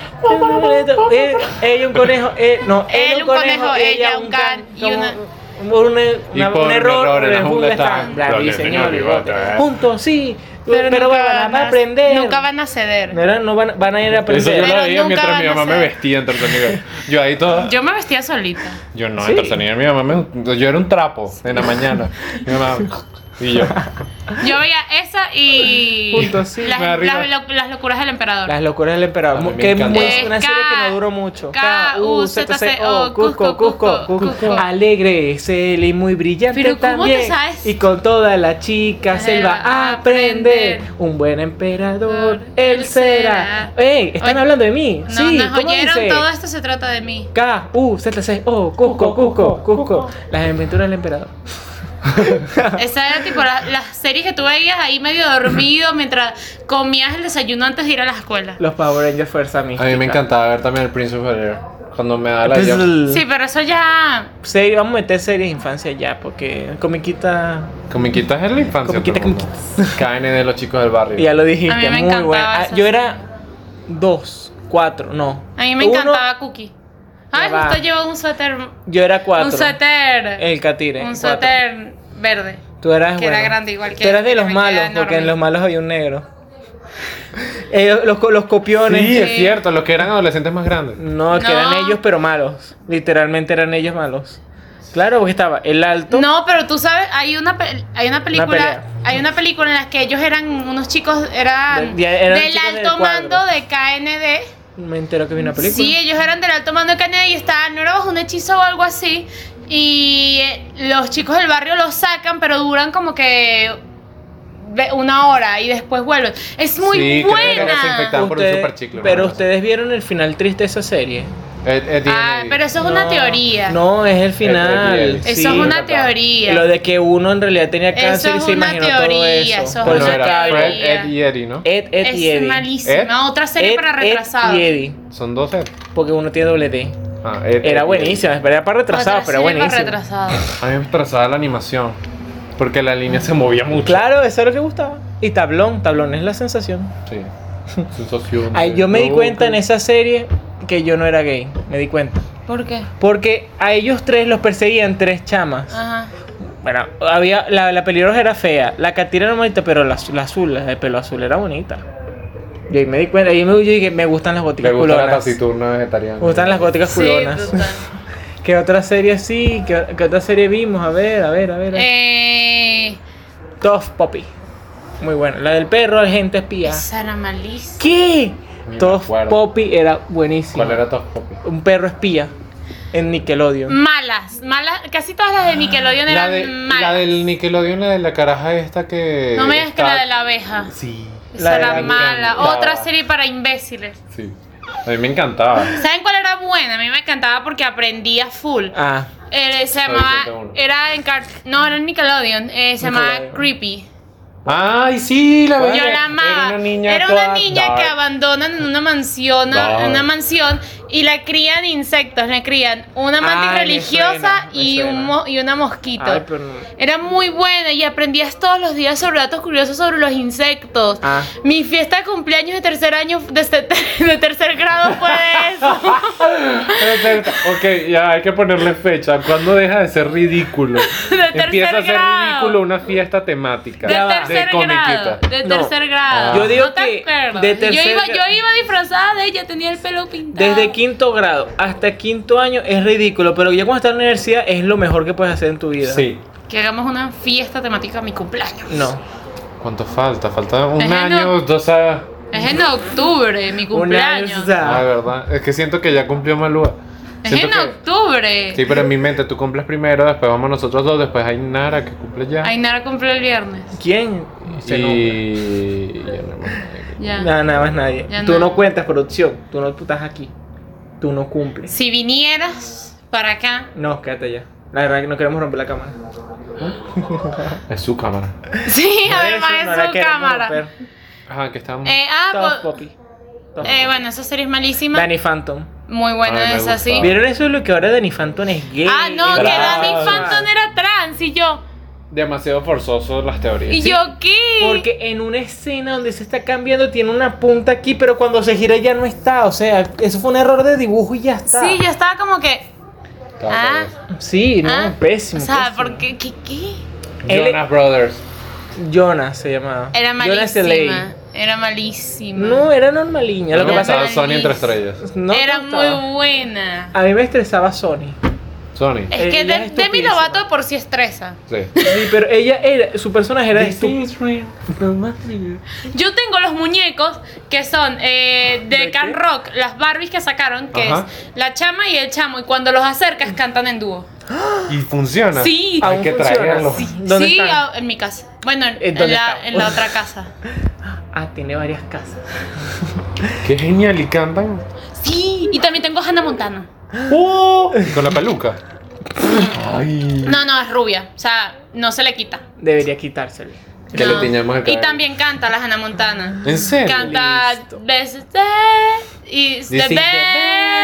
Speaker 1: Eh, Ella un conejo. eh, No, él un conejo. Ella un can.
Speaker 3: y
Speaker 1: como-
Speaker 3: una-
Speaker 1: Un, un- una-
Speaker 2: por
Speaker 1: un error en la jungla están.
Speaker 2: están.
Speaker 1: Brandy,
Speaker 2: Brandy,
Speaker 1: señor
Speaker 2: señor
Speaker 1: bigote.
Speaker 2: bigote.
Speaker 1: Juntos, sí. Pero, van a aprender.
Speaker 3: Nunca van a ceder.
Speaker 1: No era- no van, van a ir a
Speaker 2: Eso yo
Speaker 1: aprender.
Speaker 3: Pero
Speaker 2: lo veía
Speaker 3: nunca
Speaker 2: mientras mi
Speaker 3: van a
Speaker 2: mamá me
Speaker 3: ser.
Speaker 2: vestía entretenida. Yo ahí toda.
Speaker 3: <laughs> Yo me vestía solita.
Speaker 2: Yo no,
Speaker 1: Sí.
Speaker 2: entretenida. Mi mamá me. Yo era un trapo en la mañana. Mi mamá. Y yo.
Speaker 3: Yo veía esa y.
Speaker 1: Juntos, sí,
Speaker 3: las,
Speaker 2: me arriba.
Speaker 3: las lo- las locuras del emperador.
Speaker 1: Las locuras del emperador.
Speaker 2: A mí me
Speaker 1: que es
Speaker 2: encanta.
Speaker 1: muy-
Speaker 3: Eh,
Speaker 1: una serie
Speaker 3: K-
Speaker 1: que no duró mucho.
Speaker 3: K- U, Z, C, O, Cusco, Cusco, Cusco.
Speaker 1: Alegre es él y muy brillante
Speaker 3: Pero ¿cómo
Speaker 1: también.
Speaker 3: te sabes?
Speaker 1: Y con todas las chicas él va a aprender. Un buen emperador, él será. ¡Ey! Están
Speaker 3: Oye.
Speaker 1: hablando de mí.
Speaker 3: No,
Speaker 1: sí,
Speaker 3: nos
Speaker 1: ¿cómo
Speaker 3: oyeron,
Speaker 1: dice?
Speaker 3: todo esto se trata de mí.
Speaker 1: K, U, Z, C, O, Cusco, Cusco, Cusco. Las aventuras del emperador.
Speaker 3: Esa era tipo la- las series que tú veías ahí medio dormido mientras comías el desayuno antes de ir a la escuela.
Speaker 1: Los Power Rangers Fuerza
Speaker 2: A
Speaker 1: Mística.
Speaker 2: mí me encantaba ver también el príncipe Herrero. Cuando me da la
Speaker 1: Entonces,
Speaker 2: yo.
Speaker 3: Sí, pero eso ya.
Speaker 1: serie- vamos a meter series de infancia ya, porque comiquita
Speaker 2: Comiquitas en la infancia.
Speaker 1: Comiquita,
Speaker 2: todo el mundo. KND, los chicos del barrio.
Speaker 1: Ya lo dijiste,
Speaker 3: A mí me
Speaker 1: muy
Speaker 3: encantaba
Speaker 1: buena. Ah,
Speaker 3: esa
Speaker 1: Yo
Speaker 3: serie.
Speaker 1: era dos, cuatro, no.
Speaker 3: A mí me
Speaker 1: Uno,
Speaker 3: encantaba Cookie. Ay,
Speaker 1: Ya va.
Speaker 3: justo llevo un suéter.
Speaker 1: Yo era cuatro.
Speaker 3: Un suéter.
Speaker 1: El catire.
Speaker 3: un
Speaker 1: cuatro.
Speaker 3: suéter verde.
Speaker 1: Tú eras
Speaker 3: que era
Speaker 1: bueno.
Speaker 3: grande igual que
Speaker 1: Tú eras
Speaker 3: él,
Speaker 1: de
Speaker 3: que
Speaker 1: los
Speaker 3: me
Speaker 1: malos,
Speaker 3: queda
Speaker 1: porque en
Speaker 3: enorme.
Speaker 1: los malos había un negro. <laughs> Eh, los, co- los copiones.
Speaker 2: Sí, es
Speaker 3: Sí.
Speaker 2: cierto, los que eran adolescentes más grandes.
Speaker 1: No, que
Speaker 3: No.
Speaker 1: eran ellos, pero malos. Literalmente eran ellos malos. Claro, porque estaba el alto.
Speaker 3: No, pero tú sabes, hay una, pe- hay una película,
Speaker 1: pelea.
Speaker 3: hay una película en la que ellos eran unos chicos, eran,
Speaker 1: De- ya eran
Speaker 3: del
Speaker 1: chicos del
Speaker 3: alto
Speaker 1: cuadro.
Speaker 3: mando de KND.
Speaker 1: Me entero que vi una película.
Speaker 3: Sí, ellos eran del alto mando de KND y estaban, no era bajo un hechizo o algo así. Y eh, los chicos del barrio los sacan, pero duran como que ve- una hora y después vuelven. Es muy
Speaker 2: Sí, creo que se
Speaker 3: buena.
Speaker 2: infectaron. Estaban por un
Speaker 1: Ustedes-
Speaker 2: superchicle,
Speaker 1: pero
Speaker 2: ¿no?
Speaker 1: ustedes vieron el final triste de esa serie.
Speaker 2: Eh, eh,
Speaker 3: Ah,
Speaker 2: DNA.
Speaker 3: pero eso es una
Speaker 1: No,
Speaker 3: teoría.
Speaker 1: No, es el final.
Speaker 2: el-
Speaker 3: eso
Speaker 1: sí.
Speaker 3: es una
Speaker 2: papá.
Speaker 3: teoría.
Speaker 1: Lo de que uno en realidad tenía
Speaker 3: Eso
Speaker 1: cáncer
Speaker 3: es
Speaker 1: y se
Speaker 3: una
Speaker 1: imaginó todo
Speaker 3: teoría,
Speaker 1: eso.
Speaker 3: eso es
Speaker 1: Por
Speaker 2: Bueno,
Speaker 1: eso
Speaker 3: una
Speaker 2: era
Speaker 1: está
Speaker 3: teoría.
Speaker 2: Fred, Ed y Eddie, ¿no?
Speaker 1: Ed, Ed y
Speaker 3: es
Speaker 1: Eddie.
Speaker 3: malísima.
Speaker 2: Ed,
Speaker 3: Otra serie
Speaker 1: Ed,
Speaker 3: para
Speaker 1: Ed
Speaker 3: retrasados.
Speaker 1: y Eddie,
Speaker 2: Son dos Ed.
Speaker 1: porque uno tiene doble D.
Speaker 2: Ah, Ed, Ed y
Speaker 1: Era
Speaker 2: Eddie.
Speaker 1: buenísima, pero era para retrasados,
Speaker 3: Otra
Speaker 1: pero
Speaker 3: serie para
Speaker 1: buenísima.
Speaker 3: retrasados.
Speaker 2: A mí me atrasaba la animación. Porque la línea se movía mucho.
Speaker 1: Claro, eso es lo que gustaba. Y tablón, tablón es la sensación.
Speaker 2: Sí. <laughs> Sensación.
Speaker 1: Ay,
Speaker 2: de
Speaker 1: yo me di
Speaker 2: loco.
Speaker 1: cuenta en esa serie que yo no era gay, me di cuenta.
Speaker 3: ¿Por qué?
Speaker 1: Porque a ellos tres los perseguían tres chamas.
Speaker 3: Ajá.
Speaker 1: Bueno, había la, la peligrosa era fea, la catira era bonita, pero la, azu- la azul, la de pelo azul era bonita. Y ahí me di cuenta, y me, yo dije, me gustan las
Speaker 2: Le
Speaker 1: góticas
Speaker 2: gusta la
Speaker 1: culonas.
Speaker 2: taciturna vegetariana.
Speaker 1: Me gustan las góticas
Speaker 3: Sí,
Speaker 1: culonas. <laughs>
Speaker 3: total.
Speaker 1: ¿Qué otra serie sí? ¿Qué, qué otra serie vimos? A ver, a ver, a ver.
Speaker 3: Eh,
Speaker 1: Tough Poppy. Muy buena. La del perro, la gente espía.
Speaker 3: esa era malísima.
Speaker 1: ¿Qué?
Speaker 2: Ni me
Speaker 1: Tough
Speaker 2: acuerdo.
Speaker 1: Poppy era buenísimo.
Speaker 2: ¿Cuál era tu copia?
Speaker 1: Un perro espía en Nickelodeon.
Speaker 3: Mm. Malas, malas, casi todas las de Nickelodeon
Speaker 2: Ah, La,
Speaker 3: eran
Speaker 2: de,
Speaker 3: malas.
Speaker 2: la del Nickelodeon, la de la caraja esta que.
Speaker 3: no me digas que
Speaker 2: está-
Speaker 3: la de la abeja.
Speaker 2: Sí.
Speaker 3: Esa
Speaker 1: la de
Speaker 3: era
Speaker 1: la-
Speaker 3: mala.
Speaker 2: encantaba.
Speaker 3: Otra serie para imbéciles.
Speaker 2: Sí. A mí me encantaba.
Speaker 3: ¿Saben cuál era buena? A mí me encantaba porque aprendía full.
Speaker 1: Ah,
Speaker 3: Eh, se
Speaker 2: Soy uno.
Speaker 3: llamaba. Era en Car- No, era en Nickelodeon. eh, se llamaba
Speaker 1: Nickelodeon.
Speaker 3: Creepy.
Speaker 2: Ay, sí, la
Speaker 3: Yo la amaba.
Speaker 2: Era una niña,
Speaker 3: Era una
Speaker 2: toda
Speaker 3: niña
Speaker 2: <laughs> dark.
Speaker 3: que abandonan en una mansión,
Speaker 2: Dark.
Speaker 3: una mansión y la crían insectos, la crían una mantis
Speaker 1: Ay, me
Speaker 3: religiosa
Speaker 1: suena, me
Speaker 3: y,
Speaker 1: suena.
Speaker 3: un mo- y una mosquita.
Speaker 1: Ay, pero no.
Speaker 3: Era muy buena y aprendías todos los días sobre datos curiosos sobre los insectos.
Speaker 1: Ah.
Speaker 3: Mi fiesta de cumpleaños de tercer año, de, se- <laughs> de tercer grado fue de eso.
Speaker 2: Perfecto. Ok, ya hay que ponerle fecha. ¿Cuándo deja de ser
Speaker 3: <laughs>
Speaker 2: ridículo?
Speaker 3: tercer
Speaker 2: Empieza a ser
Speaker 3: grado.
Speaker 2: ridículo una fiesta temática.
Speaker 3: De
Speaker 1: Ya va.
Speaker 3: tercer grado.
Speaker 2: comiquita.
Speaker 3: De
Speaker 1: No.
Speaker 3: tercer grado.
Speaker 1: Yo digo
Speaker 3: No te
Speaker 1: que
Speaker 3: acuerdas.
Speaker 1: de
Speaker 3: yo,
Speaker 1: tercer
Speaker 3: iba,
Speaker 1: gra-
Speaker 3: yo iba disfrazada de ella, tenía el pelo pintado.
Speaker 1: Desde quinto grado hasta quinto año es ridículo, pero ya cuando estás en la universidad es lo mejor que puedes hacer en tu vida.
Speaker 2: Sí.
Speaker 3: Que hagamos una fiesta temática a mi cumpleaños.
Speaker 1: No.
Speaker 2: ¿Cuánto falta? Falta un
Speaker 3: Ajá,
Speaker 2: año,
Speaker 3: no.
Speaker 2: dos a...
Speaker 3: Es en octubre, mi cumpleaños.
Speaker 1: Una vez, o
Speaker 2: Ah,
Speaker 1: sea,
Speaker 2: verdad. Es que siento que ya cumplió Malúa.
Speaker 3: Es
Speaker 2: Siento
Speaker 3: en
Speaker 2: que...
Speaker 3: octubre.
Speaker 2: Sí, pero en mi mente tú cumples primero, después vamos nosotros dos, después hay Nara que cumple ya.
Speaker 3: Ainara cumple el viernes.
Speaker 1: ¿Quién? Se nombra.
Speaker 2: y... ya no me acuerdo.
Speaker 3: Ya.
Speaker 1: Nada, nada más nadie.
Speaker 3: Ya
Speaker 1: tú no.
Speaker 3: no.
Speaker 1: cuentas producción, tú no tú estás aquí. Tú no cumples.
Speaker 3: Si vinieras para acá,
Speaker 1: No, quédate ya. La verdad que no queremos romper la cámara.
Speaker 2: Es su cámara.
Speaker 3: <laughs> sí, además
Speaker 1: Eso, no
Speaker 3: es
Speaker 1: la
Speaker 3: su
Speaker 1: queremos
Speaker 3: cámara.
Speaker 1: romper.
Speaker 2: Ajá, que estamos...
Speaker 3: Eh, ah,
Speaker 1: Tough
Speaker 3: po-
Speaker 1: Poppy. Tough
Speaker 3: eh,
Speaker 1: Poppy.
Speaker 3: bueno, esa serie es malísima.
Speaker 1: Danny Phantom.
Speaker 3: Muy buena
Speaker 2: Ay, me
Speaker 3: esa, sí.
Speaker 2: gustaba.
Speaker 1: ¿Vieron eso de lo que ahora Danny Phantom es gay?
Speaker 3: Ah, no, que
Speaker 2: Bravo.
Speaker 3: Danny Phantom era trans y yo.
Speaker 2: Demasiado forzoso las teorías.
Speaker 3: ¿Y yo qué?
Speaker 1: Porque en una escena donde se está cambiando tiene una punta aquí, pero cuando se gira ya no está. O sea, eso fue un error de dibujo y ya está.
Speaker 3: Sí, yo estaba como que. Ah,
Speaker 1: Sí, no,
Speaker 3: ah,
Speaker 1: pésimo.
Speaker 3: O sea,
Speaker 1: pésimo.
Speaker 3: porque qué qué?
Speaker 1: Él-
Speaker 2: Jonas Brothers.
Speaker 1: Jonas se llamaba.
Speaker 3: Era
Speaker 1: Jonas L.A.
Speaker 3: malísima. Era malísima.
Speaker 1: No, era normaliña. Lo
Speaker 2: No
Speaker 1: que
Speaker 2: me
Speaker 3: Era
Speaker 1: pasa
Speaker 2: gustaba
Speaker 3: malísimo.
Speaker 2: Sony entre estrellas.
Speaker 1: no
Speaker 3: era
Speaker 1: me gustaba.
Speaker 3: muy buena.
Speaker 1: A mí me estresaba Sony.
Speaker 2: Sony.
Speaker 3: Es
Speaker 1: Ella Ah, eh,
Speaker 3: que de,
Speaker 1: es
Speaker 3: Demi
Speaker 1: estupidísima.
Speaker 3: Lovato de por sí estresa.
Speaker 2: Sí.
Speaker 1: Sí, pero ella era, su personaje era este. estúpida.
Speaker 3: Yo tengo los muñecos que son eh, de
Speaker 1: ¿De
Speaker 3: Can
Speaker 1: qué?
Speaker 3: Rock, las Barbies que sacaron, que
Speaker 2: Ajá.
Speaker 3: es la chama y el chamo, y cuando los acercas cantan en dúo.
Speaker 2: Y funciona.
Speaker 3: Sí.
Speaker 2: Hay
Speaker 1: Aún
Speaker 2: que
Speaker 1: funciona.
Speaker 2: traerlo.
Speaker 1: Sí. Ah. ¿Dónde
Speaker 3: sí, ah.
Speaker 1: están?
Speaker 3: a- en mi casa. Bueno, en,
Speaker 1: ¿En
Speaker 3: en
Speaker 1: dónde
Speaker 3: la,
Speaker 1: estamos?
Speaker 3: en la otra casa.
Speaker 1: Ah, tiene varias casas.
Speaker 2: Qué genial. Y cantan
Speaker 3: Sí, y también tengo a Hannah Montana. Oh.
Speaker 2: con la
Speaker 3: <laughs>
Speaker 2: peluca. Ay.
Speaker 3: No, no, es rubia. O sea, no se le quita.
Speaker 1: Debería quitárselo.
Speaker 2: Que
Speaker 3: No.
Speaker 2: le teníamos acá.
Speaker 3: Y también canta la Hannah Montana.
Speaker 2: ¿En serio?
Speaker 3: Canta
Speaker 1: Listo.
Speaker 3: Best Day is the
Speaker 2: This is the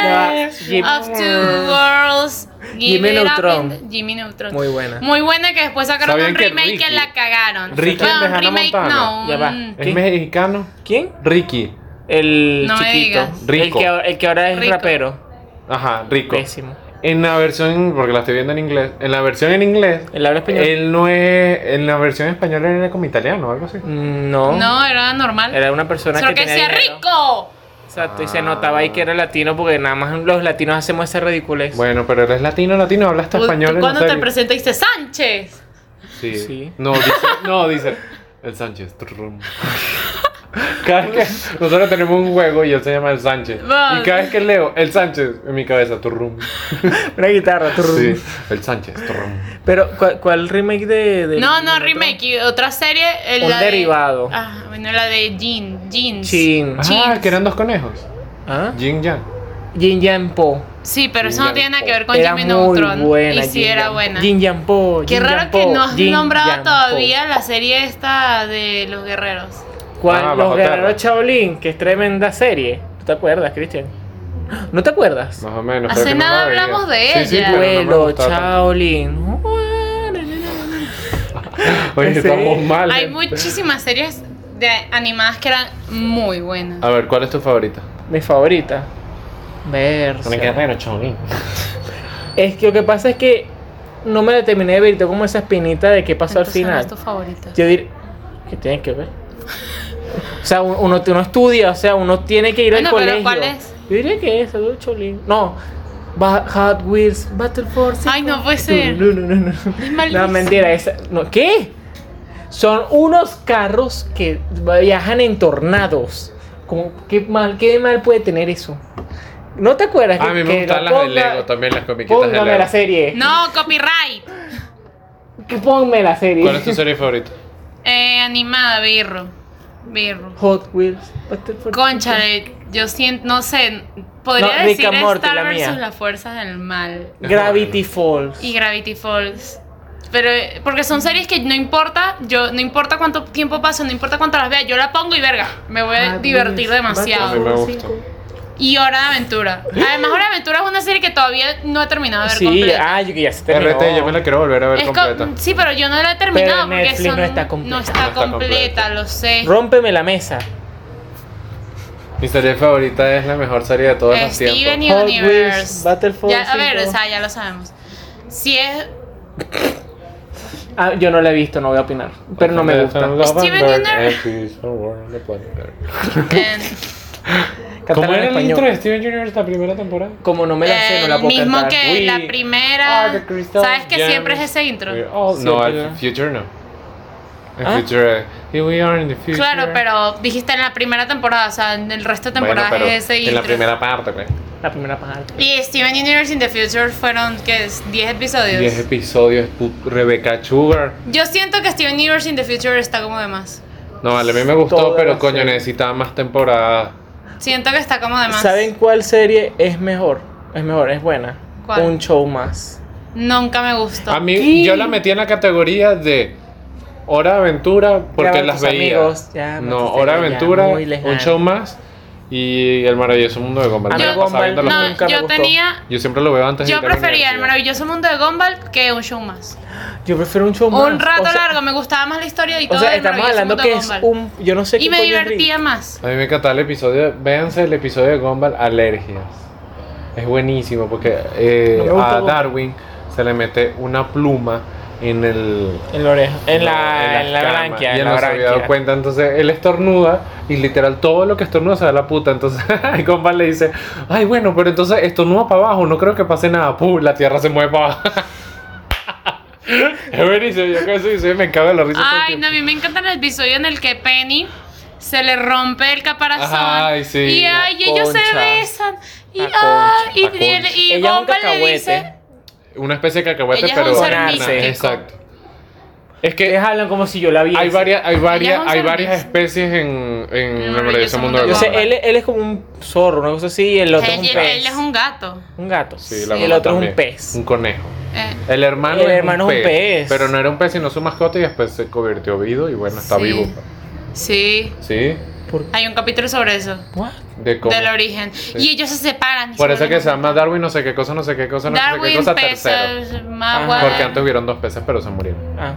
Speaker 3: best
Speaker 1: best.
Speaker 3: of two worlds. Give
Speaker 1: Jimmy
Speaker 3: it up
Speaker 1: Neutron.
Speaker 3: in the- Jimmy Neutron.
Speaker 1: Muy buena.
Speaker 3: Muy buena que después sacaron
Speaker 2: ¿Sabían
Speaker 3: un
Speaker 2: que
Speaker 3: remake que
Speaker 2: Ricky-
Speaker 3: la cagaron.
Speaker 2: Ricky
Speaker 3: Bueno,
Speaker 2: es de
Speaker 3: un
Speaker 2: Hannah
Speaker 3: remake
Speaker 2: Montana?
Speaker 3: no.
Speaker 1: Ya va.
Speaker 3: un-
Speaker 2: ¿Es mexicano?
Speaker 1: ¿Quién?
Speaker 2: Ricky.
Speaker 1: El
Speaker 3: No me
Speaker 1: chiquito.
Speaker 3: digas.
Speaker 1: El
Speaker 2: Rico.
Speaker 1: que, ahora- el que ahora es
Speaker 3: Rico.
Speaker 1: rapero.
Speaker 2: Ajá, rico.
Speaker 1: Pésimo.
Speaker 2: En la versión, porque la estoy viendo en inglés. En la versión en inglés,
Speaker 1: ¿El habla español?
Speaker 2: él no es. En la versión española era como italiano o algo así.
Speaker 1: No.
Speaker 3: No, era normal.
Speaker 1: Era una persona
Speaker 3: Solo
Speaker 1: que
Speaker 3: que
Speaker 1: tenía
Speaker 3: sea
Speaker 1: dinero.
Speaker 3: rico.
Speaker 1: Exacto, y se notaba ahí que era latino porque nada más los latinos hacemos esa ridiculez.
Speaker 2: Bueno, pero él es latino, latino, habla hasta
Speaker 3: Tú- tú
Speaker 2: español. en la
Speaker 3: cuando te
Speaker 2: serie.
Speaker 3: presentas dices Sánchez.
Speaker 2: Sí.
Speaker 1: Sí.
Speaker 2: No, dice, no, dice el Sánchez. Trum. Cada vez que nosotros tenemos un juego y él se llama el Sánchez.
Speaker 3: Vale.
Speaker 2: Y cada vez que leo el Sánchez en mi cabeza, turrum.
Speaker 1: Una guitarra, turrum.
Speaker 2: Sí, el Sánchez, turrum.
Speaker 1: Pero, ¿cuál, cuál remake de, de-
Speaker 3: No,
Speaker 1: de
Speaker 3: no,
Speaker 1: otro?
Speaker 3: remake. y Otra serie. eh,
Speaker 1: Un
Speaker 3: la de-
Speaker 1: derivado.
Speaker 3: Ah, bueno, la de Jean. Jeans.
Speaker 1: Chin.
Speaker 2: Ah,
Speaker 3: Jeans.
Speaker 2: que eran dos conejos.
Speaker 1: ¿Ah?
Speaker 2: Jin Yang.
Speaker 1: Jin Yang Po.
Speaker 3: Sí, pero eso no
Speaker 2: Jin
Speaker 3: tiene nada que ver con
Speaker 1: Era
Speaker 3: Jimmy
Speaker 1: muy
Speaker 3: Neutron.
Speaker 1: buena.
Speaker 3: y sí,
Speaker 1: Jin
Speaker 3: era
Speaker 1: Yang-
Speaker 3: buena.
Speaker 1: Jin Yang Po.
Speaker 3: Qué
Speaker 1: Jin
Speaker 3: raro
Speaker 1: Yang
Speaker 3: que
Speaker 1: Po,
Speaker 3: no has
Speaker 1: Jin
Speaker 3: nombrado
Speaker 1: Yang Po.
Speaker 3: todavía la serie esta de los guerreros.
Speaker 1: ¿Cuál?
Speaker 2: Ah, Bajo
Speaker 1: Los
Speaker 2: Tierra.
Speaker 1: Guerreros Shaolin, que es tremenda serie. ¿Tú te acuerdas, Cristian? ¿No te acuerdas?
Speaker 2: Más o menos.
Speaker 3: Hace
Speaker 2: pero que no
Speaker 3: nada
Speaker 2: la veía.
Speaker 3: hablamos de
Speaker 2: Sí, sí,
Speaker 3: ella.
Speaker 2: pero no me
Speaker 1: Vuelo,
Speaker 2: gustaba tanto.
Speaker 1: Shaolin.
Speaker 2: Oye,
Speaker 1: Sí.
Speaker 2: estamos mal. eh.
Speaker 3: Hay
Speaker 2: gente.
Speaker 3: muchísimas series de animadas que eran muy buenas.
Speaker 1: Ah,
Speaker 2: A ver, ¿cuál es tu favorita?
Speaker 1: Mi favorita. Verso.
Speaker 2: Choni.
Speaker 1: Es que lo que pasa es que no me determiné de ver, tengo como esa espinita de qué pasó al
Speaker 3: Entonces, ¿cuál
Speaker 1: final.
Speaker 3: es tu favorita?
Speaker 1: Yo diría, ¿qué tiene que ver? O sea, un- uno, uno estudia, o sea, uno tiene que ir al
Speaker 3: Bueno, pero
Speaker 1: colegio.
Speaker 3: ¿cuál es?
Speaker 1: Yo diría que es el Cholín. No, Ba- Hot Wheels, Battle Force.
Speaker 3: Ay, no puede ser.
Speaker 1: No, no, no, no.
Speaker 3: Es
Speaker 1: No,
Speaker 3: malísimo.
Speaker 1: mentira, esa, no, ¿qué? Son unos carros que viajan en tornados. Como, ¿qué, mal, ¿Qué mal puede tener eso? ¿No te acuerdas?
Speaker 2: A mí me
Speaker 1: que
Speaker 2: gustan
Speaker 1: la
Speaker 2: las de
Speaker 1: ponga-
Speaker 2: Lego también, las comiquitas de
Speaker 1: Póngame la
Speaker 2: Lego.
Speaker 1: serie.
Speaker 3: No, copyright.
Speaker 1: Que ponme la serie.
Speaker 2: ¿Cuál es tu serie <laughs> favorita?
Speaker 3: Eh, animada, birro. Birro.
Speaker 1: Hot Wheels. Battle for-
Speaker 3: Conchale, yo siento, no sé, podría
Speaker 1: No, Rick
Speaker 3: decir
Speaker 1: and Morty,
Speaker 3: Star
Speaker 1: la
Speaker 3: versus
Speaker 1: mía.
Speaker 3: las fuerzas del mal
Speaker 1: Gravity Falls.
Speaker 3: y Gravity Falls. Pero eh, porque son series que no importa, yo no importa cuánto tiempo pasa, no importa cuánto las vea, yo la pongo y verga, me voy a
Speaker 1: Hot
Speaker 3: divertir
Speaker 1: Wheels,
Speaker 2: A mí
Speaker 3: demasiado.
Speaker 2: me
Speaker 1: Battle
Speaker 2: gusta.
Speaker 1: Force
Speaker 3: Y Hora de Aventura. Además, Hora de Aventura es una serie que todavía no he terminado de ver
Speaker 1: Sí,
Speaker 3: completa.
Speaker 1: ah, yo que ya se terminó.
Speaker 2: RT, yo me la quiero volver a ver
Speaker 3: Es co-
Speaker 2: completa.
Speaker 3: sí, pero yo no la he terminado porque
Speaker 1: Netflix
Speaker 3: son-
Speaker 1: no está completa.
Speaker 3: no está
Speaker 2: No está
Speaker 3: completa,
Speaker 2: completa.
Speaker 3: lo sé.
Speaker 1: Rómpeme la mesa.
Speaker 2: Mi serie favorita es la mejor serie de todos los
Speaker 3: Steven
Speaker 2: tiempos.
Speaker 1: tiempos. Hot
Speaker 3: Universe.
Speaker 1: Wheels, Battlefield
Speaker 3: Ya, a ver,
Speaker 1: 5.
Speaker 3: o sea, ya lo sabemos. Si es
Speaker 1: Ah, yo no la he visto, no voy a opinar. Pero no me gusta.
Speaker 3: Steven Universe. en-
Speaker 1: Cantarla en
Speaker 2: ¿Cómo era el
Speaker 1: español. Ah,
Speaker 2: intro de Steven Universe la primera temporada?
Speaker 1: Como no <laughs> me la sé, no la
Speaker 3: el
Speaker 1: puedo
Speaker 3: mismo
Speaker 1: cantar.
Speaker 3: que
Speaker 2: We
Speaker 3: la primera.
Speaker 2: are the crystal
Speaker 3: ¿Sabes que
Speaker 2: gems.
Speaker 3: siempre es ese intro?
Speaker 2: We all-
Speaker 1: Ah, Sí,
Speaker 2: Oh, No,
Speaker 1: pero-
Speaker 2: el Future no. El
Speaker 1: ¿Ah?
Speaker 2: Future. eh, Here we are in the future.
Speaker 3: Claro, pero dijiste en la primera temporada, o sea, en el resto de
Speaker 2: Bueno,
Speaker 3: temporadas
Speaker 2: pero
Speaker 3: es ese
Speaker 2: En
Speaker 3: intro.
Speaker 2: la primera parte, pues.
Speaker 1: La primera parte.
Speaker 3: Y Steven Universe in the Future fueron, ¿qué es? 10 episodios.
Speaker 2: 10 episodios, put- Rebecca Sugar.
Speaker 3: Yo siento que Steven Universe in the Future está como de más.
Speaker 2: No, vale, a mí me gustó,
Speaker 1: Toda
Speaker 2: pero
Speaker 1: la
Speaker 2: coño,
Speaker 1: serie.
Speaker 2: necesitaba más temporadas.
Speaker 3: Siento que está como de más.
Speaker 1: ¿Saben cuál serie es mejor? Es mejor, es buena.
Speaker 3: ¿Cuál?
Speaker 1: Un show más.
Speaker 3: Nunca me gustó.
Speaker 2: A mí,
Speaker 1: ¿Qué?
Speaker 2: yo la metí en la categoría de Hora de Aventura porque
Speaker 1: Graba a
Speaker 2: las
Speaker 1: tus
Speaker 2: veía.
Speaker 1: amigos, ya,
Speaker 2: no,
Speaker 1: metiste
Speaker 2: Hora de
Speaker 1: ya,
Speaker 2: Aventura,
Speaker 1: muy lejano.
Speaker 2: un show más y El maravilloso mundo de Gumball.
Speaker 1: A mí
Speaker 2: Me la pasaba
Speaker 1: Gumball
Speaker 2: viendo los
Speaker 3: no,
Speaker 2: dos.
Speaker 1: nunca me
Speaker 3: yo
Speaker 1: gustó.
Speaker 3: tenía.
Speaker 2: Yo siempre lo veo antes de
Speaker 3: Yo
Speaker 2: ir a la
Speaker 3: prefería el
Speaker 2: universidad.
Speaker 3: maravilloso mundo de Gumball que un show más.
Speaker 1: Yo prefiero un show más.
Speaker 3: Un rato
Speaker 1: O sea-
Speaker 3: largo, me gustaba más la historia y
Speaker 1: O
Speaker 3: todo.
Speaker 1: sea,
Speaker 3: del
Speaker 1: estamos
Speaker 3: maravilloso
Speaker 1: hablando
Speaker 3: mundo
Speaker 1: que
Speaker 3: de
Speaker 1: es
Speaker 3: Gumball.
Speaker 1: un. Yo no sé
Speaker 3: Y
Speaker 1: qué
Speaker 3: me
Speaker 1: coño es Rick.
Speaker 3: divertía más.
Speaker 2: A mí me encantaba el episodio, véanse el episodio de Gumball Alergias. Es buenísimo porque eh,
Speaker 1: No me gusta
Speaker 2: a
Speaker 1: Gumball.
Speaker 2: Darwin se le mete una pluma en el
Speaker 1: En la oreja. En la,
Speaker 2: las
Speaker 1: en la
Speaker 2: camas,
Speaker 1: branquia.
Speaker 2: Y
Speaker 1: En
Speaker 2: él
Speaker 1: la
Speaker 2: no se había dado
Speaker 1: branquia.
Speaker 2: cuenta. Entonces él estornuda y literal todo lo que estornuda se da la puta. Entonces <laughs> el compa le dice: Ay, bueno, pero entonces estornuda para abajo. No creo que pase nada. ¡Pum! La tierra se mueve para abajo. <laughs> es buenísimo. Yo con eso dice: Me cago en la risa. todo el
Speaker 3: Ay,
Speaker 2: tiempo.
Speaker 3: no, a mí me encanta el episodio en el que Penny se le rompe el caparazón.
Speaker 2: Ay, sí,
Speaker 3: y
Speaker 2: la
Speaker 3: ay, ellos se
Speaker 2: concha.
Speaker 3: besan. Y
Speaker 2: La
Speaker 3: ay, y,
Speaker 2: concha, la concha.
Speaker 3: y, y
Speaker 1: Ella es un
Speaker 3: Gumball le
Speaker 1: cacahuete.
Speaker 3: dice.
Speaker 2: Una especie de cacahuete,
Speaker 3: Ella es un
Speaker 2: pero.
Speaker 3: ser
Speaker 2: banana.
Speaker 1: místico.
Speaker 2: Exacto. Es que
Speaker 1: Ustedes hablan como si yo la viera.
Speaker 2: hay varias, hay varias,
Speaker 3: un
Speaker 2: hay
Speaker 3: ser
Speaker 2: varias
Speaker 3: místico.
Speaker 2: especies en, en
Speaker 3: Mm,
Speaker 2: la
Speaker 3: maravilloso
Speaker 2: maravillosa mundo
Speaker 3: mundo
Speaker 2: de
Speaker 1: Yo sé,
Speaker 2: Gumball.
Speaker 1: él, él es como un zorro, una cosa así, y el otro es un
Speaker 3: Él,
Speaker 1: pez.
Speaker 3: él es un gato.
Speaker 1: Un gato.
Speaker 2: Sí, la
Speaker 1: y el otro
Speaker 2: mamá
Speaker 1: es
Speaker 2: también.
Speaker 1: un pez.
Speaker 2: Un conejo.
Speaker 3: Eh,
Speaker 2: El hermano,
Speaker 1: El
Speaker 2: es,
Speaker 1: hermano
Speaker 2: un
Speaker 1: es un
Speaker 2: pez,
Speaker 1: pez.
Speaker 2: Pero no era un pez, sino su mascota y después se convirtió vivo y bueno, está
Speaker 3: Sí.
Speaker 2: vivo. pues.
Speaker 3: sí,
Speaker 2: ¿Sí?
Speaker 1: ¿Por
Speaker 3: hay un capítulo sobre eso.
Speaker 1: What?
Speaker 2: De cómo.
Speaker 3: Del origen. Y ellos se separan. y
Speaker 2: Por
Speaker 3: se
Speaker 2: eso que
Speaker 3: vuelven-
Speaker 2: se llama Darwin, no sé qué cosa, no sé qué cosa, no sé qué
Speaker 3: Darwin,
Speaker 2: cosa, tercero.
Speaker 3: Pesas, Magua.
Speaker 1: Ajá.
Speaker 2: Porque antes hubieron dos peces, pero se murieron.
Speaker 1: Ah,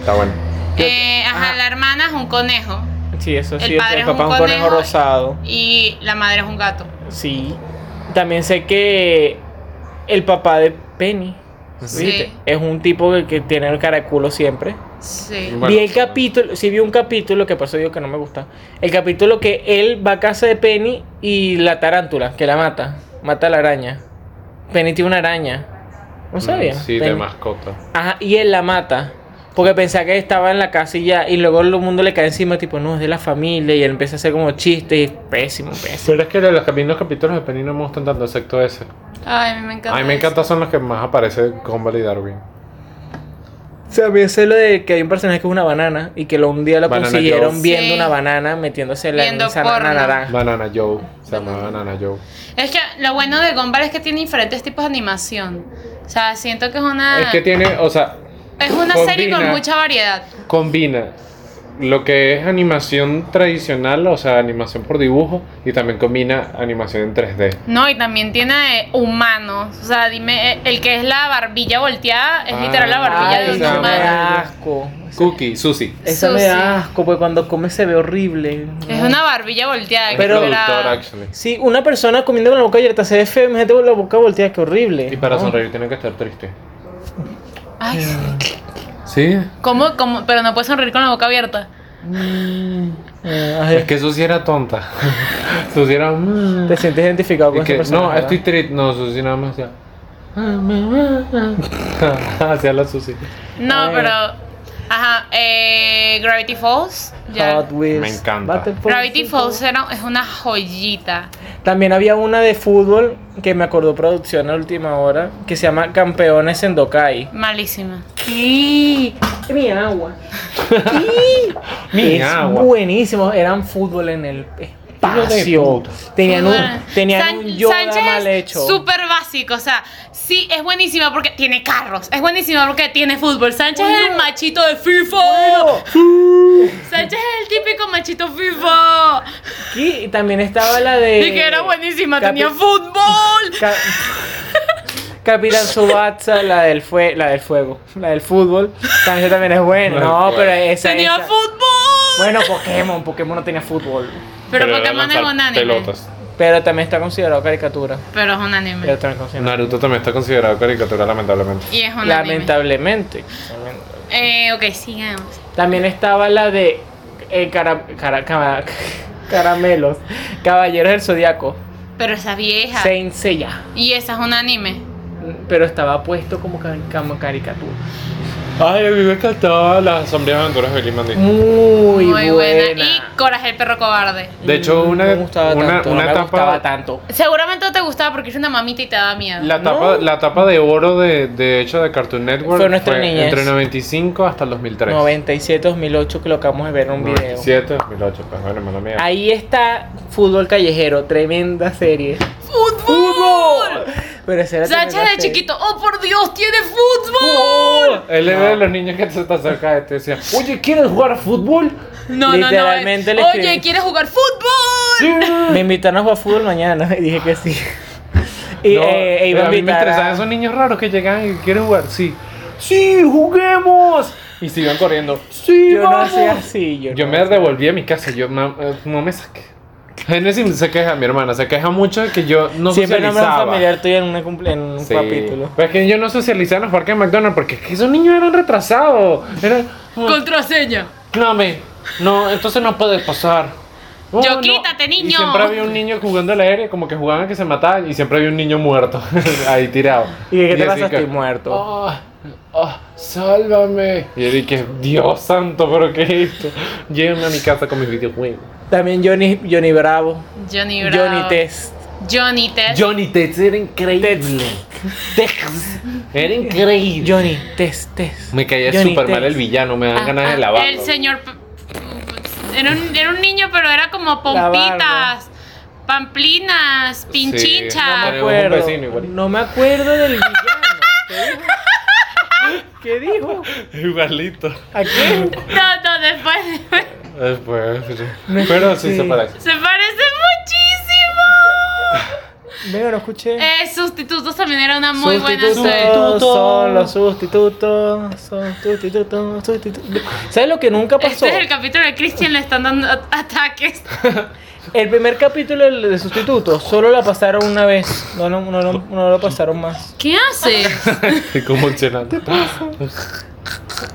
Speaker 2: Está bueno.
Speaker 3: Eh, ajá,
Speaker 1: Ajá.
Speaker 3: la hermana es un conejo
Speaker 1: sí, eso
Speaker 3: El
Speaker 1: sí. El,
Speaker 3: padre es un
Speaker 1: papá es un conejo,
Speaker 3: conejo.
Speaker 1: rosado.
Speaker 3: y la madre es un gato.
Speaker 1: Sí. También sé que el papá de Penny
Speaker 3: Sí.
Speaker 1: ¿viste? es un tipo que, que tiene el caraculo siempre.
Speaker 3: Sí.
Speaker 2: Bueno,
Speaker 1: vi el capítulo, sí vi un capítulo, que por eso digo que no me gusta. El capítulo que él va a casa de Penny y la tarántula, que la mata. Mata a la araña. Penny tiene una araña. No sabía.
Speaker 2: Mm, Sí, de
Speaker 1: Penny.
Speaker 2: mascota.
Speaker 1: Ajá, y él la mata. Porque pensaba que estaba en la casa y ya. Y luego el mundo le cae encima, tipo, no, es de la familia. Y él empieza a hacer como chistes. Y es pésimo, pésimo.
Speaker 2: Pero es que de los caminos capítulos de Penny no me gustan tanto, excepto ese.
Speaker 3: Ay, a mí me encanta.
Speaker 2: A mí me
Speaker 3: eso.
Speaker 2: encantan son los que más aparece Gumball y Darwin.
Speaker 1: O sea, me sé lo de que hay un personaje que es una banana. Y que lo, un día lo
Speaker 2: Banana
Speaker 1: consiguieron
Speaker 2: Joe.
Speaker 1: viendo
Speaker 3: Sí.
Speaker 1: una banana metiéndose la
Speaker 3: Viendo
Speaker 1: esa banana
Speaker 3: porno.
Speaker 1: naranja.
Speaker 2: Banana Joe. Se llama Ah. Banana Joe.
Speaker 3: Es que lo bueno de Gumball es que tiene diferentes tipos de animación. O sea, siento que es una.
Speaker 2: Es que tiene, o sea,
Speaker 3: Ah. es una serie con
Speaker 2: combina-
Speaker 3: mucha variedad.
Speaker 2: combina lo que es animación tradicional, o sea, animación por dibujo, y también combina animación en 3D.
Speaker 3: No, y también tiene eh, humanos. O sea, dime, eh, el que es la barbilla volteada es
Speaker 2: Ah,
Speaker 3: literal la barbilla
Speaker 1: Ay,
Speaker 3: de un
Speaker 2: esa
Speaker 1: eso me
Speaker 3: humano.
Speaker 1: da asco.
Speaker 2: Cookie, Susie.
Speaker 1: Eso me
Speaker 3: Sushi.
Speaker 1: da asco, porque cuando come se ve horrible.
Speaker 3: Es una barbilla volteada.
Speaker 2: Es
Speaker 1: Pero-
Speaker 2: productor,
Speaker 3: era-
Speaker 2: actually.
Speaker 1: Sí, una persona comiendo con la boca abierta se ve feo, imagínate con la boca volteada, qué horrible.
Speaker 2: Y para
Speaker 1: No.
Speaker 2: sonreír tiene que estar triste.
Speaker 3: Ay,
Speaker 2: Sí.
Speaker 3: ¿cómo, cómo? Pero no puedes sonreír con la boca abierta.
Speaker 1: Eh, ay,
Speaker 2: Es que Susie era <laughs> tonta. Susie era. mm.
Speaker 1: Te sientes identificado
Speaker 2: Y
Speaker 1: con ese
Speaker 2: que,
Speaker 1: personaje.
Speaker 2: no,
Speaker 1: ¿verdad?
Speaker 2: estoy triste. No, Susie nada más <laughs> hacía. Hacía la Susie.
Speaker 3: No,
Speaker 1: Ay.
Speaker 3: pero. Ajá, eh, Gravity Falls. ya-
Speaker 1: Hot Wheels.
Speaker 2: Me encanta.
Speaker 1: Bate por
Speaker 3: Gravity
Speaker 1: su-
Speaker 3: Falls era- es una joyita.
Speaker 1: También había una de fútbol que me acordó producción a última hora, que se llama Campeones en Dokai.
Speaker 3: Malísima.
Speaker 1: ¿Qué? Mi
Speaker 2: <laughs>
Speaker 1: agua.
Speaker 2: Mi
Speaker 1: es
Speaker 2: agua.
Speaker 1: buenísimo. Eran fútbol en el espacio.
Speaker 2: puta.
Speaker 1: Tenían un,
Speaker 3: Bueno,
Speaker 1: tenían
Speaker 3: San-
Speaker 1: un Yoda
Speaker 3: Sánchez
Speaker 1: mal hecho.
Speaker 3: Súper básico, o sea, sí, es buenísima porque tiene carros, es buenísima porque tiene fútbol. Sánchez es el machito de FIFA.
Speaker 1: Bueno,
Speaker 3: Sánchez es el típico machito FIFA.
Speaker 1: aquí también estaba la
Speaker 3: <laughs>
Speaker 1: de.
Speaker 3: y que era buenísima,
Speaker 1: Eh, Capi-
Speaker 3: tenía fútbol.
Speaker 1: Ca- Capitán Subatsa, la del, fue la del fuego, la del fútbol. También, también es buena.
Speaker 2: La del
Speaker 1: No,
Speaker 2: fuego.
Speaker 1: pero esa.
Speaker 3: Tenía
Speaker 1: esa-
Speaker 3: fútbol.
Speaker 1: Bueno, Pokémon, Pokémon no tenía fútbol.
Speaker 3: Pero,
Speaker 2: era
Speaker 3: Pokémon es
Speaker 2: lanzar
Speaker 3: un anime.
Speaker 2: Pelotas.
Speaker 1: Pero también está considerado caricatura.
Speaker 3: Pero es un anime.
Speaker 1: Pero también considerado-
Speaker 2: Naruto también está considerado caricatura, lamentablemente.
Speaker 3: Y es un
Speaker 1: Lamentablemente.
Speaker 3: anime. Eh, ok, sigamos.
Speaker 1: También estaba la de eh, cara- cara- cara- Caramelos, Caballeros del Zodiaco,
Speaker 3: Pero esa vieja.
Speaker 1: Saint Seiya.
Speaker 3: Y esa es un anime.
Speaker 1: Pero estaba puesto como, ca- como caricatura.
Speaker 2: Ay, a mí me encantaba las sombrías aventuras de Billy Mandy.
Speaker 1: Muy,
Speaker 3: Muy
Speaker 1: buena.
Speaker 3: buena. Y Coraje el perro cobarde.
Speaker 2: De hecho,
Speaker 1: Mm,
Speaker 2: una,
Speaker 1: no me gustaba
Speaker 2: una,
Speaker 1: tanto,
Speaker 2: una
Speaker 1: no me
Speaker 2: etapa-
Speaker 1: gustaba tanto.
Speaker 3: Seguramente no te gustaba porque es una mamita y te daba miedo.
Speaker 2: La tapa,
Speaker 1: No.
Speaker 2: la tapa de oro de, de hecho de Cartoon Network
Speaker 1: Fue nuestra niñez.
Speaker 2: entre 95 hasta el 2003.
Speaker 1: 97, 2008 que lo acabamos de ver en un video.
Speaker 2: 97, 2008, pues bueno, mala mía.
Speaker 1: Ahí está Fútbol Callejero, tremenda serie.
Speaker 3: ¡Fútbol!
Speaker 1: Pero esa era
Speaker 3: Sánchez
Speaker 1: tremenda
Speaker 3: de
Speaker 1: serie.
Speaker 3: chiquito, ¡oh por Dios, tiene fútbol!
Speaker 1: ¡Fútbol!
Speaker 2: Él le ve a los niños que se está cerca de ti y decía, oye, ¿quieres jugar a fútbol?
Speaker 3: No, no, no.
Speaker 1: Literalmente le
Speaker 3: eh. Oye,
Speaker 1: escribí.
Speaker 3: ¿quieres jugar fútbol?
Speaker 1: <laughs> Me invitaron a jugar fútbol mañana y dije que sí. <laughs> Y
Speaker 2: No,
Speaker 1: eh, e iba
Speaker 2: pero
Speaker 1: a
Speaker 2: a mí me
Speaker 1: invitar a-
Speaker 2: interesaban esos niños raros que llegaban y quieren jugar, sí. ¡Sí, juguemos! Y se iban corriendo. ¡Sí,
Speaker 1: Yo no
Speaker 2: vamos!
Speaker 1: hacía así. Yo,
Speaker 2: Yo
Speaker 1: no
Speaker 2: me
Speaker 1: hacía-
Speaker 2: devolví a mi casa, yo "Mam, eh, no me saqué. Genesis se queja, mi hermana, se queja mucho de que yo no
Speaker 1: Siempre nombras a
Speaker 2: socializaba.
Speaker 1: un familiar tuyo en, una cumple- en un
Speaker 2: Sí.
Speaker 1: capítulo.
Speaker 2: Pero es que yo no socializaba en los parques de McDonald's porque es que esos niños eran retrasados. Eran.
Speaker 3: Contraseña.
Speaker 2: No, me- no, entonces no puedes pasar. No,
Speaker 3: Yo,
Speaker 2: no.
Speaker 3: quítate, niño.
Speaker 2: Y siempre había un niño jugando al aire, como que jugaban que se mataban, y siempre había un niño muerto <laughs> ahí tirado.
Speaker 1: ¿Y de qué te
Speaker 2: así
Speaker 1: pasa?
Speaker 2: que,
Speaker 1: Estoy muerto.
Speaker 2: "Oh,
Speaker 3: Ah,
Speaker 2: oh, sálvame. Y yo dije, Dios santo, pero ¿qué es esto? Llévenme a mi casa con mis videojuegos.
Speaker 1: También Johnny, Johnny Bravo.
Speaker 3: Johnny Bravo.
Speaker 1: Johnny Test.
Speaker 3: Johnny Test.
Speaker 2: Johnny Tets era increíble. Tex. Era increíble.
Speaker 1: Johnny Test, Test.
Speaker 2: Me caía
Speaker 1: Johnny
Speaker 2: súper mal
Speaker 1: Test.
Speaker 2: el villano, me dan ganas de
Speaker 3: Ah,
Speaker 2: lavarlo.
Speaker 3: El señor. P- Era un, era un niño, pero era como
Speaker 1: La barba.
Speaker 3: pompitas, pamplinas,
Speaker 2: No
Speaker 3: pinchinchas.
Speaker 1: No
Speaker 2: me-
Speaker 1: me
Speaker 2: Tenemos un
Speaker 1: acuerdo.
Speaker 2: vecino igual.
Speaker 1: No me acuerdo del villano. ¿Qué dijo? ¿Qué dijo?
Speaker 2: Igualito.
Speaker 1: ¿A quién?
Speaker 3: No, no, después.
Speaker 2: Después. Pero Eh, pues, sí se
Speaker 1: Sí.
Speaker 2: <laughs> parece.
Speaker 3: Se parece
Speaker 1: <laughs>
Speaker 3: muchísimo.
Speaker 1: Venga, no escuché.
Speaker 3: Eh, sustitutos también era una muy buena
Speaker 1: Sustitutos
Speaker 3: serie.
Speaker 1: Son los sustitutos. Son sustitutos. sustitutos. ¿Sabes lo que nunca pasó?
Speaker 3: Este es el capítulo de Christian, le están dando at- ataques.
Speaker 1: El primer capítulo de de sustitutos solo la pasaron una vez. No, no, no, no, no lo pasaron más.
Speaker 3: ¿Qué <laughs> haces?
Speaker 2: Como chenante.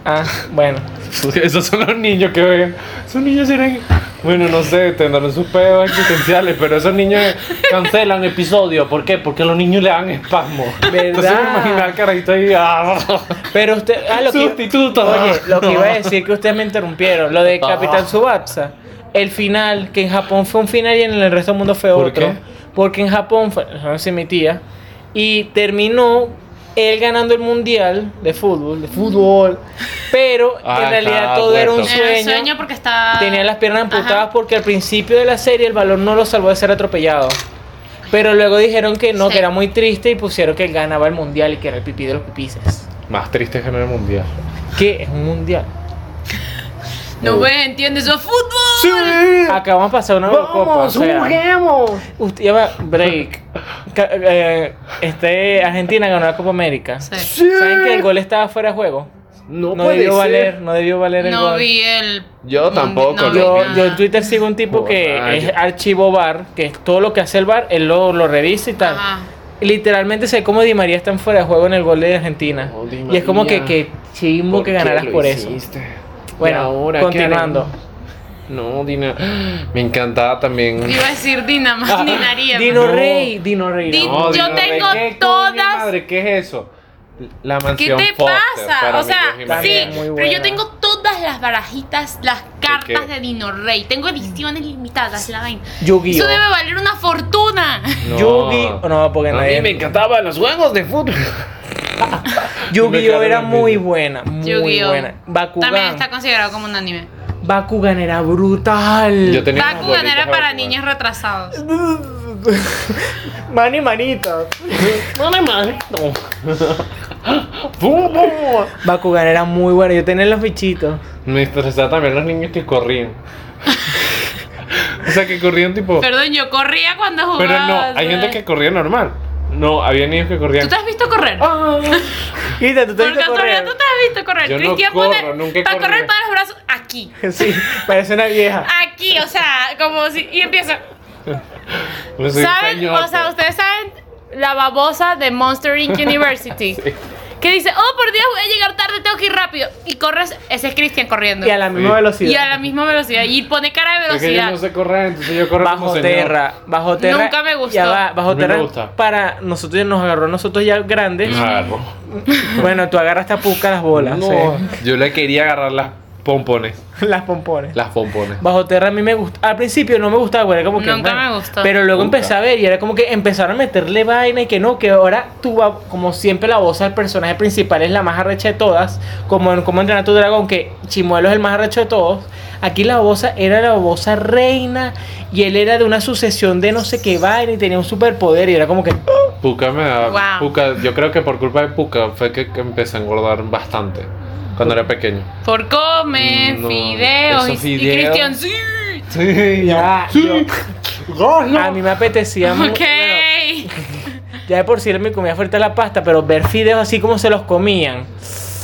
Speaker 1: Ah, bueno.
Speaker 2: <laughs> Esos son los niños que ven. Esos niños eran. Bueno, no sé, tendrán sus pedos existenciales, pero esos niños cancelan episodios. ¿Por qué? Porque los niños le dan espasmo. Entonces me
Speaker 1: ¿Verdad?
Speaker 2: imaginaba el carajito ahí. ah,
Speaker 1: Pero usted. Ah, lo que-
Speaker 2: Sustituto.
Speaker 1: Oye, lo que iba a decir que ustedes me interrumpieron. Lo de Capitán Subatsa. El final, que en Japón fue un final y en el resto del mundo fue
Speaker 2: ¿Por
Speaker 1: otro.
Speaker 2: qué?
Speaker 1: Porque en Japón fue. No sé, mi tía. Y terminó él ganando el mundial de fútbol. De fútbol. Pero
Speaker 2: Ah,
Speaker 1: en realidad
Speaker 2: está
Speaker 1: todo era un
Speaker 2: muerto.
Speaker 1: sueño.
Speaker 3: Era un sueño porque está.
Speaker 1: Tenía las piernas
Speaker 3: Ajá.
Speaker 1: amputadas porque al principio de la serie el balón no lo salvó de ser atropellado. Pero luego dijeron que no,
Speaker 3: Sí.
Speaker 1: que era muy triste y pusieron que él ganaba el mundial y que era el pipí de los pipices.
Speaker 2: Más triste que en el mundial.
Speaker 1: Que es un mundial.
Speaker 3: No ve, entiendes, eso es fútbol.
Speaker 2: Ah,
Speaker 1: Acabamos de pasar una Eurocopa. o sea, usted lleva break. Ca- eh, este, Argentina ganó la Copa América.
Speaker 3: Sí.
Speaker 1: ¿Saben que el gol estaba fuera de juego? No, debió valer, no debió valer el
Speaker 3: No
Speaker 1: gol.
Speaker 3: vi el.
Speaker 2: Yo tampoco,
Speaker 3: no vi
Speaker 1: Yo,
Speaker 3: nada.
Speaker 1: yo en Twitter sigo un tipo que
Speaker 2: Joder.
Speaker 1: es archivo bar, que es todo lo que hace el bar, él lo, lo revisa y tal.
Speaker 3: Ajá.
Speaker 1: Literalmente sé cómo Di María está en fuera de juego en el gol de Argentina.
Speaker 2: Oh, Di
Speaker 1: y es como que,
Speaker 2: María.
Speaker 1: que chimbo que ganaras por eso. Bueno, continuando.
Speaker 2: No, Dina. Me encantaba también.
Speaker 3: Iba a decir Dinamás,
Speaker 1: Ah,
Speaker 3: Dinaría.
Speaker 1: Dino
Speaker 2: No.
Speaker 1: Rey, Dino Rey.
Speaker 3: Di-
Speaker 1: no.
Speaker 2: No,
Speaker 3: Yo
Speaker 2: Dino Rey,
Speaker 3: tengo
Speaker 2: ¿qué coño
Speaker 3: todas-
Speaker 2: Madre, ¿Qué es eso? La
Speaker 3: ¿Qué
Speaker 2: mansión
Speaker 3: te
Speaker 2: Foster,
Speaker 3: pasa?
Speaker 2: para
Speaker 3: O sea,
Speaker 2: amigos
Speaker 1: También
Speaker 3: sí,
Speaker 2: imaginarios.
Speaker 1: muy
Speaker 3: pero yo
Speaker 1: buena.
Speaker 3: tengo todas las barajitas, las cartas
Speaker 2: qué?
Speaker 3: de Dino Rey. Tengo ediciones limitadas, la vaina.
Speaker 1: Yu-Gi-Oh.
Speaker 3: Eso debe valer una fortuna.
Speaker 2: No.
Speaker 1: Yugi- no, porque
Speaker 2: a
Speaker 1: nadie-
Speaker 2: mí me encantaban los juegos de fútbol.
Speaker 1: Yu-Gi-Oh
Speaker 2: Me
Speaker 1: era
Speaker 2: cargan el
Speaker 1: muy
Speaker 2: video.
Speaker 1: buena, muy
Speaker 3: Yu-Gi-Oh.
Speaker 1: buena.
Speaker 3: También
Speaker 1: Bakugan.
Speaker 3: está considerado como un anime.
Speaker 1: Bakugan era brutal.
Speaker 2: <laughs> Yo tenía unas
Speaker 3: Bakugan
Speaker 2: bolitas
Speaker 3: era
Speaker 2: de
Speaker 3: para
Speaker 2: Bakugan.
Speaker 3: niños retrasados.
Speaker 1: <laughs> Mani manita.
Speaker 2: <laughs> ¡Fútbol!
Speaker 1: Bakugan era muy buena. Yo tenía los bichitos.
Speaker 2: Me estresaba también los niños que corrían. o sea, que corrían tipo. Pero,
Speaker 3: Perdón, yo corría cuando jugaba.
Speaker 2: no, hay gente que corría normal. No, había niños que corrían.
Speaker 3: ¿Tú te has visto correr?
Speaker 2: Ah,
Speaker 1: <laughs> Quita, tú te
Speaker 3: Ah.
Speaker 1: viste
Speaker 3: Porque tú
Speaker 1: correr.
Speaker 3: tú te has visto correr.
Speaker 2: Yo no
Speaker 3: Cristian
Speaker 2: corro,
Speaker 3: pone-
Speaker 2: nunca he
Speaker 3: Para
Speaker 2: corrido.
Speaker 3: correr para los brazos aquí.
Speaker 1: <laughs> Sí, parece una vieja.
Speaker 3: Aquí, o sea, como si. Y empieza.
Speaker 2: Yo soy un
Speaker 3: ¿Saben?
Speaker 2: señor,
Speaker 3: O sea,
Speaker 2: pues.
Speaker 3: ustedes saben la babosa de
Speaker 2: <laughs>
Speaker 3: Monster Inc. University. Que dice, oh por Dios, voy a llegar tarde, tengo que ir rápido. Y corres, ese es Cristian corriendo.
Speaker 1: Y a la misma
Speaker 2: Sí.
Speaker 1: velocidad.
Speaker 3: Y a la misma velocidad. Y pone cara de
Speaker 2: Es que yo
Speaker 3: velocidad.
Speaker 2: no sé correr, entonces yo corro
Speaker 1: Bajo
Speaker 2: como señor.
Speaker 1: tierra, bajo tierra.
Speaker 3: Nunca me gustó.
Speaker 1: Ya va,
Speaker 2: A
Speaker 1: bajo
Speaker 2: mí me
Speaker 1: tierra
Speaker 2: gusta.
Speaker 1: para nosotros nos agarró a nosotros ya grandes.
Speaker 2: Me agarro.
Speaker 1: Bueno, tú agarraste a puca las bolas,
Speaker 2: No,
Speaker 1: sí. <laughs>
Speaker 2: Yo le quería agarrar las pompones.
Speaker 1: las pompones.
Speaker 2: Las pompones.
Speaker 1: Bajo tierra a mí me gusta. Al principio no me gustaba, güey, era como que
Speaker 3: Nunca
Speaker 1: bueno.
Speaker 3: me gustó.
Speaker 1: Pero luego
Speaker 2: Nunca.
Speaker 1: empecé a ver y era como que empezaron a meterle vaina y que no, que ahora tú va- como siempre la voz al personaje principal es la más arrecha de todas, como en como entrenar a tu dragón que Chimuelo es el más arrecho de todos. Aquí la voz era la voz reina y él era de una sucesión de no sé qué vaina y tenía un superpoder y era como que
Speaker 2: Puka me da.
Speaker 3: Wow.
Speaker 2: Puka, yo creo que por culpa de Puka fue que, que empecé a engordar bastante cuando era pequeño.
Speaker 3: Por comer,
Speaker 2: No,
Speaker 3: fideos.
Speaker 2: esos
Speaker 3: y- Y,
Speaker 2: fideos.
Speaker 3: Cristian, sí.
Speaker 2: Sí,
Speaker 1: ya, yo- a mí me apetecía mu-
Speaker 3: Ok.
Speaker 1: bueno, ya de por sí mi comida fuerte la pasta, pero ver fideos así como se los comían.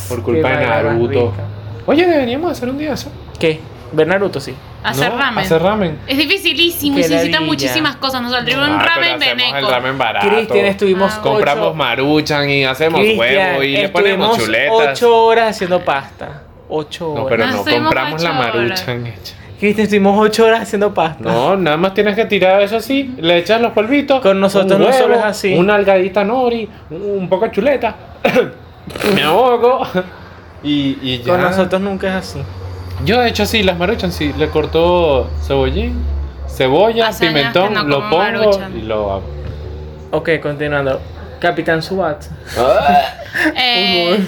Speaker 2: Por culpa
Speaker 1: Qué
Speaker 2: de
Speaker 1: vaina más
Speaker 2: Naruto.
Speaker 1: rica.
Speaker 2: Oye, deberíamos hacer un día eso.
Speaker 1: ¿Qué? Ver Naruto sí.
Speaker 3: <laughs> Hacer
Speaker 2: No,
Speaker 3: ramen.
Speaker 2: Hacer ramen.
Speaker 3: Es dificilísimo y
Speaker 1: Qué
Speaker 3: se necesitan
Speaker 1: ladilla.
Speaker 3: muchísimas cosas. Nos saldría un
Speaker 2: Ah, pero
Speaker 3: ramen
Speaker 2: hacemos el
Speaker 3: veneco.
Speaker 2: ramen barato.
Speaker 1: Cristian, estuvimos
Speaker 3: Ah.
Speaker 2: Compramos
Speaker 1: ocho-
Speaker 2: maruchan y hacemos
Speaker 1: Cristian,
Speaker 2: huevo y le
Speaker 1: estuvimos
Speaker 2: ponemos chuletas.
Speaker 1: Ocho horas haciendo pasta. Ocho horas.
Speaker 2: No, pero
Speaker 3: Ah,
Speaker 2: no
Speaker 3: estuvimos
Speaker 2: compramos la
Speaker 3: ocho horas.
Speaker 2: maruchan hecha.
Speaker 1: Cristian, estuvimos ocho horas haciendo pasta.
Speaker 2: No, nada más tienes que tirar eso así, le echas los polvitos.
Speaker 1: Con nosotros
Speaker 2: un
Speaker 1: no solo es así.
Speaker 2: Una algadita nori, un- un poco de chuleta. <coughs> Me ahogo. <coughs> Y, y ya.
Speaker 1: Con nosotros nunca es así.
Speaker 2: Yo he hecho así, las maruchan, sí. Le corto cebollín, cebolla,
Speaker 3: Hace años
Speaker 2: pimentón,
Speaker 3: que no
Speaker 2: lo
Speaker 3: como
Speaker 2: pongo
Speaker 3: Maruchan.
Speaker 2: y lo hago.
Speaker 1: Ok, continuando. Capitán Subat.
Speaker 3: Eh,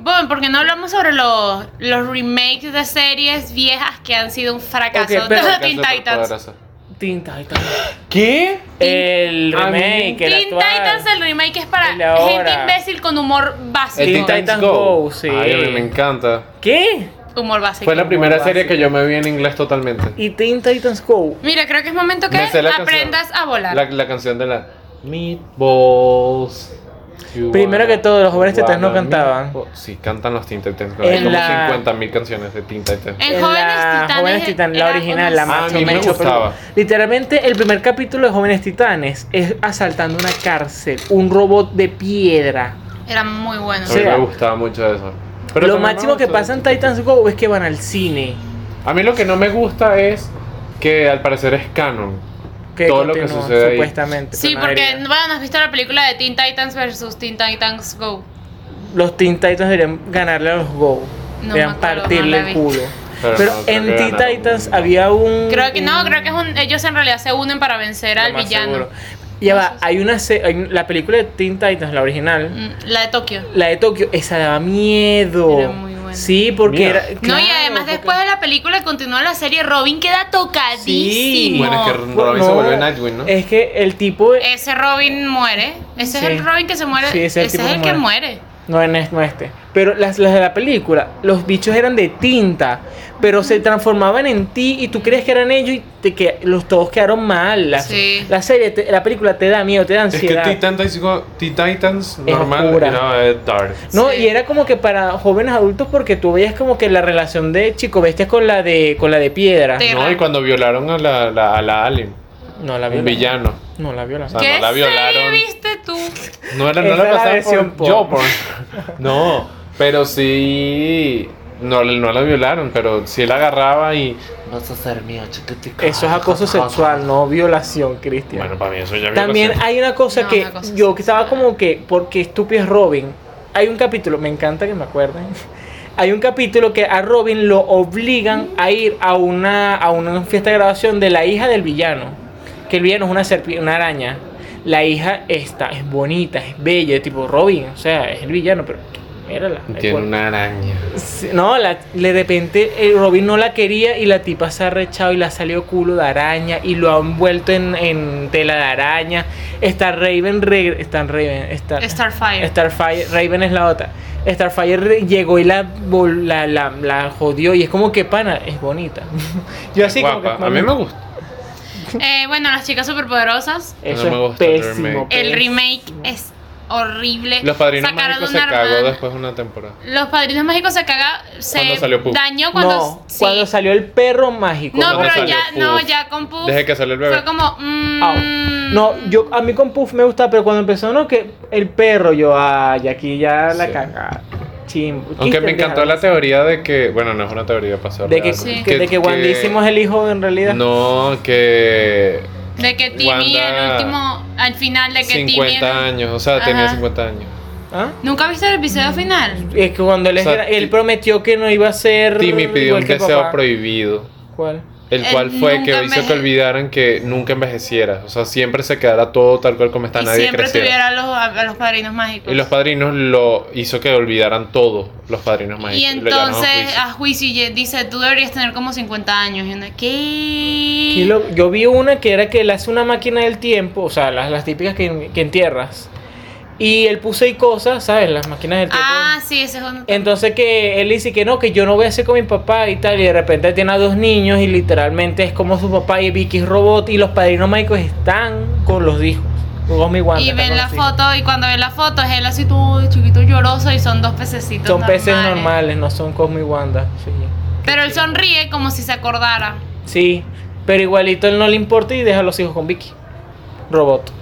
Speaker 3: bueno, porque no hablamos sobre los, los remakes de series viejas que han sido un fracaso.
Speaker 1: Ok, pero-
Speaker 3: Teen Titans.
Speaker 1: Teen Titans.
Speaker 2: ¿Qué?
Speaker 1: El
Speaker 2: A mí-
Speaker 1: remake, el
Speaker 3: Teen
Speaker 1: actual.
Speaker 3: Titans, el remake es para
Speaker 1: El de ahora.
Speaker 3: gente imbécil con humor
Speaker 1: Teen
Speaker 2: El Teen
Speaker 3: básico.
Speaker 2: Titans
Speaker 1: Titans
Speaker 2: Go.
Speaker 1: Go, sí.
Speaker 2: Ay, a mí me encanta.
Speaker 1: ¿Qué?
Speaker 3: Humor básico.
Speaker 2: Fue la primera
Speaker 1: básico.
Speaker 2: serie que yo me vi en inglés totalmente.
Speaker 1: ¿Y Teen Titans Go?
Speaker 3: Mira, creo que es momento que
Speaker 2: Me sé la canción.
Speaker 3: aprendas a volar.
Speaker 2: La, la canción de la Meatballs. you
Speaker 1: Primero
Speaker 2: wanna-
Speaker 1: que todo, los jóvenes tetas no
Speaker 2: wanna
Speaker 1: cantaban.
Speaker 2: meatball- Sí, cantan los Teen Titans.
Speaker 1: En
Speaker 2: Hay como
Speaker 1: la-
Speaker 2: 50.000 canciones de Teen Titans.
Speaker 3: En
Speaker 1: En
Speaker 3: Jóvenes
Speaker 1: la
Speaker 3: Titanes.
Speaker 1: Jóvenes Titanes, la
Speaker 3: era
Speaker 1: original,
Speaker 3: una-
Speaker 1: la
Speaker 2: Ah, a
Speaker 1: macho
Speaker 2: mí me
Speaker 1: mecho, pero-
Speaker 2: gustaba.
Speaker 1: Literalmente, el primer capítulo de Jóvenes Titanes es asaltando una cárcel, un robot de piedra.
Speaker 3: Era muy bueno.
Speaker 2: A
Speaker 1: Sí.
Speaker 2: mí
Speaker 1: sea,
Speaker 2: me gustaba mucho eso.
Speaker 1: lo
Speaker 2: también me
Speaker 1: máximo que
Speaker 2: gusta-
Speaker 1: pasa en Titans Go es que van al cine.
Speaker 2: A mí lo que no me gusta es que al parecer es canon.
Speaker 1: Que
Speaker 2: Todo lo que
Speaker 1: continúa,
Speaker 2: sucede ahí.
Speaker 1: Supuestamente.
Speaker 3: Sí,
Speaker 1: pero no
Speaker 3: porque,
Speaker 1: debería.
Speaker 3: bueno, has visto la película de Teen Titans versus Teen Titans Go.
Speaker 1: los Teen Titans deberían ganarle a los Go.
Speaker 3: No
Speaker 1: deberían
Speaker 3: me acuerdo,
Speaker 1: partirle
Speaker 3: no la
Speaker 1: el
Speaker 3: vi.
Speaker 1: culo.
Speaker 2: Pero
Speaker 1: Pero,
Speaker 2: no, creo
Speaker 1: en
Speaker 2: que
Speaker 1: Teen
Speaker 2: ganaron.
Speaker 1: Titans había un.
Speaker 3: Creo que no,
Speaker 2: Mm.
Speaker 1: un-
Speaker 3: creo que es un- ellos en realidad se unen para vencer
Speaker 1: lo
Speaker 3: al
Speaker 1: más
Speaker 3: villano.
Speaker 1: seguro. Ya va, hay una. se- hay un- la película de Teen Titans, la original.
Speaker 3: Mm, La de Tokio.
Speaker 1: La de Tokio, esa daba miedo.
Speaker 3: Era muy buena.
Speaker 1: Sí, porque
Speaker 2: Mira.
Speaker 1: era.
Speaker 3: no, y
Speaker 1: claro,
Speaker 3: además
Speaker 1: porque-
Speaker 3: después de la película continúa la serie, Robin queda
Speaker 1: Sí.
Speaker 3: tocadísimo.
Speaker 2: Bueno, es que Robin se
Speaker 1: No,
Speaker 2: volvió Nightwing, ¿no?
Speaker 1: Es que el tipo.
Speaker 3: Ese Robin muere. Ese
Speaker 1: Sí.
Speaker 3: es el Robin que se muere.
Speaker 1: Sí, ese
Speaker 3: ese
Speaker 1: es el
Speaker 3: es
Speaker 1: tipo
Speaker 3: el
Speaker 1: que
Speaker 3: que muere.
Speaker 1: No, en este, no este. Pero las, las de la película, los bichos eran de tinta, pero se transformaban en ti y tú creías que eran ellos y te que, los todos quedaron mal. La,
Speaker 3: Sí.
Speaker 1: la serie, te- la película te da miedo, te da
Speaker 2: Es que
Speaker 1: ansiedad.
Speaker 2: Teen Titans, Go- Teen Titans normal
Speaker 1: oscura.
Speaker 2: era eh, dark.
Speaker 1: no,
Speaker 3: Sí.
Speaker 1: y era como que para jóvenes adultos porque tú veías como que la relación de chico bestia con la de con la de piedra.
Speaker 3: Te-
Speaker 2: No, y cuando violaron a la, la- a la alien,
Speaker 1: No la
Speaker 2: un
Speaker 1: violaron.
Speaker 2: villano.
Speaker 1: No la viola.
Speaker 2: Ah,
Speaker 3: ¿Qué
Speaker 2: no la
Speaker 3: serie
Speaker 2: violaron.
Speaker 3: viste
Speaker 2: <laughs>
Speaker 3: tú?
Speaker 2: No era, no
Speaker 1: Esa
Speaker 2: la
Speaker 1: es la
Speaker 2: pasaban
Speaker 1: versión
Speaker 2: por
Speaker 1: porn.
Speaker 2: yo porn. No, pero sí. No, no la violaron, pero sí la agarraba y. Vas a ser mío, chiquitico.
Speaker 1: Eso es acoso sexual, no violación, Cristian.
Speaker 2: Bueno, para mí eso ya es
Speaker 1: También
Speaker 2: violación.
Speaker 1: hay una cosa
Speaker 3: No,
Speaker 1: que
Speaker 3: una cosa
Speaker 1: yo
Speaker 3: así.
Speaker 1: que estaba como que, porque estúpido es Robin. Hay un capítulo, me encanta que me acuerden. <laughs> Hay un capítulo que a Robin lo obligan a ir a una, a una fiesta de graduación de la hija del villano. Que el villano es una, serpi- una araña. La hija esta es bonita, es bella, tipo Robin, o sea, es el villano, pero mírala. el
Speaker 2: Tiene
Speaker 1: cuerpo.
Speaker 2: una araña.
Speaker 1: Sí, No, la, de repente el Robin no la quería y la tipa se ha rechado y la salió culo de araña y lo han vuelto en, en tela de araña. Está Raven, reg- está Raven, está
Speaker 3: Starfire.
Speaker 1: Starfire, Raven es la otra. Starfire re- llegó y la, vol- la, la, la jodió y es como que pana, es bonita. <laughs> Yo así como
Speaker 2: Guapa.
Speaker 1: que,
Speaker 2: A mí me gusta.
Speaker 3: Eh, bueno, las chicas superpoderosas.
Speaker 1: Eso
Speaker 2: No me
Speaker 1: es
Speaker 2: gusta el
Speaker 1: pésimo. pues".
Speaker 2: remake.
Speaker 3: El
Speaker 1: pésimo.
Speaker 3: remake es horrible.
Speaker 2: Los padrinos
Speaker 3: Sacaron
Speaker 2: mágicos se
Speaker 3: una hermana.
Speaker 2: cagó después de una temporada.
Speaker 3: Los padrinos mágicos se caga, se
Speaker 2: Cuando salió Puff.
Speaker 3: dañó cuando,
Speaker 1: No,
Speaker 3: sí.
Speaker 1: cuando salió el perro mágico.
Speaker 3: No,
Speaker 2: Cuando
Speaker 3: pero
Speaker 2: salió
Speaker 3: ya,
Speaker 2: Puff.
Speaker 3: no, ya con Puff
Speaker 2: Desde que salió Ah, el bebé.
Speaker 3: fue como mm,
Speaker 1: Au. No, yo a mí con Puff me gusta, pero cuando empezó no que el perro yo ay, aquí ya la
Speaker 2: Sí.
Speaker 1: caga. Chimbo.
Speaker 2: Aunque me
Speaker 1: Christian,
Speaker 2: encantó la
Speaker 1: déjalo.
Speaker 2: teoría de que. Bueno, no es una teoría pasada.
Speaker 1: de que,
Speaker 3: Sí.
Speaker 1: que- de que Wandísimo es el hijo en realidad.
Speaker 2: No, que.
Speaker 3: de que Timmy
Speaker 2: Wanda-
Speaker 3: el último al final de que Timmy
Speaker 2: 50 años, o sea, tenía
Speaker 3: Ajá.
Speaker 2: 50 años.
Speaker 1: ¿Ah?
Speaker 3: ¿Nunca viste el episodio final?
Speaker 1: Es que cuando él,
Speaker 2: O sea,
Speaker 1: era-
Speaker 2: Ti-
Speaker 1: él prometió que no iba a ser
Speaker 2: Timmy pidió
Speaker 1: igual
Speaker 2: un
Speaker 1: que
Speaker 2: deseo
Speaker 1: papá.
Speaker 2: prohibido,
Speaker 1: ¿Cuál?
Speaker 2: el
Speaker 3: El
Speaker 2: cual fue que
Speaker 3: nunca
Speaker 2: hizo
Speaker 3: enveje-
Speaker 2: que olvidaran que nunca envejeciera, o sea, siempre se quedara todo tal cual como está,
Speaker 3: y
Speaker 2: nadie
Speaker 3: siempre
Speaker 2: creciera.
Speaker 3: tuviera a los, a, a los padrinos mágicos.
Speaker 2: Y los padrinos lo hizo que olvidaran todo, los padrinos mágicos.
Speaker 3: Y
Speaker 2: lo llamaron a
Speaker 3: entonces ah.
Speaker 2: juicio.
Speaker 3: a juicio y dice, tú deberías tener como 50 años. Y una, ¿qué?
Speaker 1: Sí, lo- yo vi una que era que él hace una máquina del tiempo, o sea, las, las típicas que, que entierras. Y él puso ahí cosas, ¿sabes? Las máquinas del tiempo.
Speaker 3: Ah, sí, ese es un...
Speaker 1: Entonces que él dice que no, que yo no voy a hacer con mi papá y tal, y de repente tiene a dos niños y literalmente es como su papá y Vicky es robot y los padrinos mágicos están con los hijos. con Gomi y Wanda
Speaker 3: Y
Speaker 1: están
Speaker 3: ven
Speaker 1: con
Speaker 3: la
Speaker 1: los hijos.
Speaker 3: foto, y cuando ven la foto es él así todo chiquito lloroso y son dos pececitos
Speaker 1: Son peces
Speaker 3: normales.
Speaker 1: normales, no son Cosmo y Wanda. sí.
Speaker 3: Pero él sonríe como si se acordara.
Speaker 1: Sí, pero igualito él no le importa y deja a los hijos con Vicky. Robot.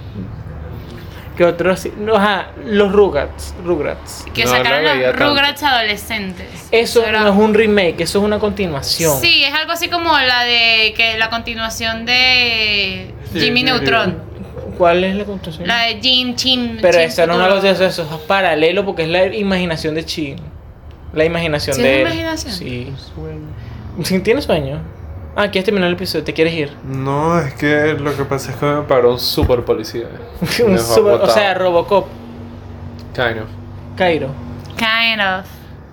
Speaker 1: ¿Qué otros? No, ajá, los Rugrats. Rugrats.
Speaker 3: Que
Speaker 2: No,
Speaker 3: sacaron
Speaker 2: no veía
Speaker 3: los
Speaker 2: tanto.
Speaker 3: Rugrats adolescentes.
Speaker 1: Eso
Speaker 3: Era-
Speaker 1: no es un remake, eso es una continuación.
Speaker 3: Sí, es algo así como la de que la continuación de
Speaker 2: Sí,
Speaker 3: Jimmy
Speaker 2: sí,
Speaker 3: Neutron.
Speaker 1: ¿Cuál es la continuación?
Speaker 3: La de Jim Chin.
Speaker 1: Pero
Speaker 3: Chin
Speaker 1: esa no
Speaker 3: Futuro.
Speaker 1: es los eso, eso es paralelo porque es la imaginación de Chi. La imaginación
Speaker 3: ¿Sí es
Speaker 1: de él.
Speaker 3: la imaginación?
Speaker 1: Sí. Sí, ¿Tienes sueño? Ah, quieres terminar el episodio, ¿te quieres ir?
Speaker 2: No, es que lo que pasa es que me paró un super <laughs> policía.
Speaker 1: <laughs> Un
Speaker 2: Me dejó
Speaker 1: super- o
Speaker 2: botado.
Speaker 1: sea, Robocop,
Speaker 2: Kind of.
Speaker 1: Cairo.
Speaker 3: Kind of.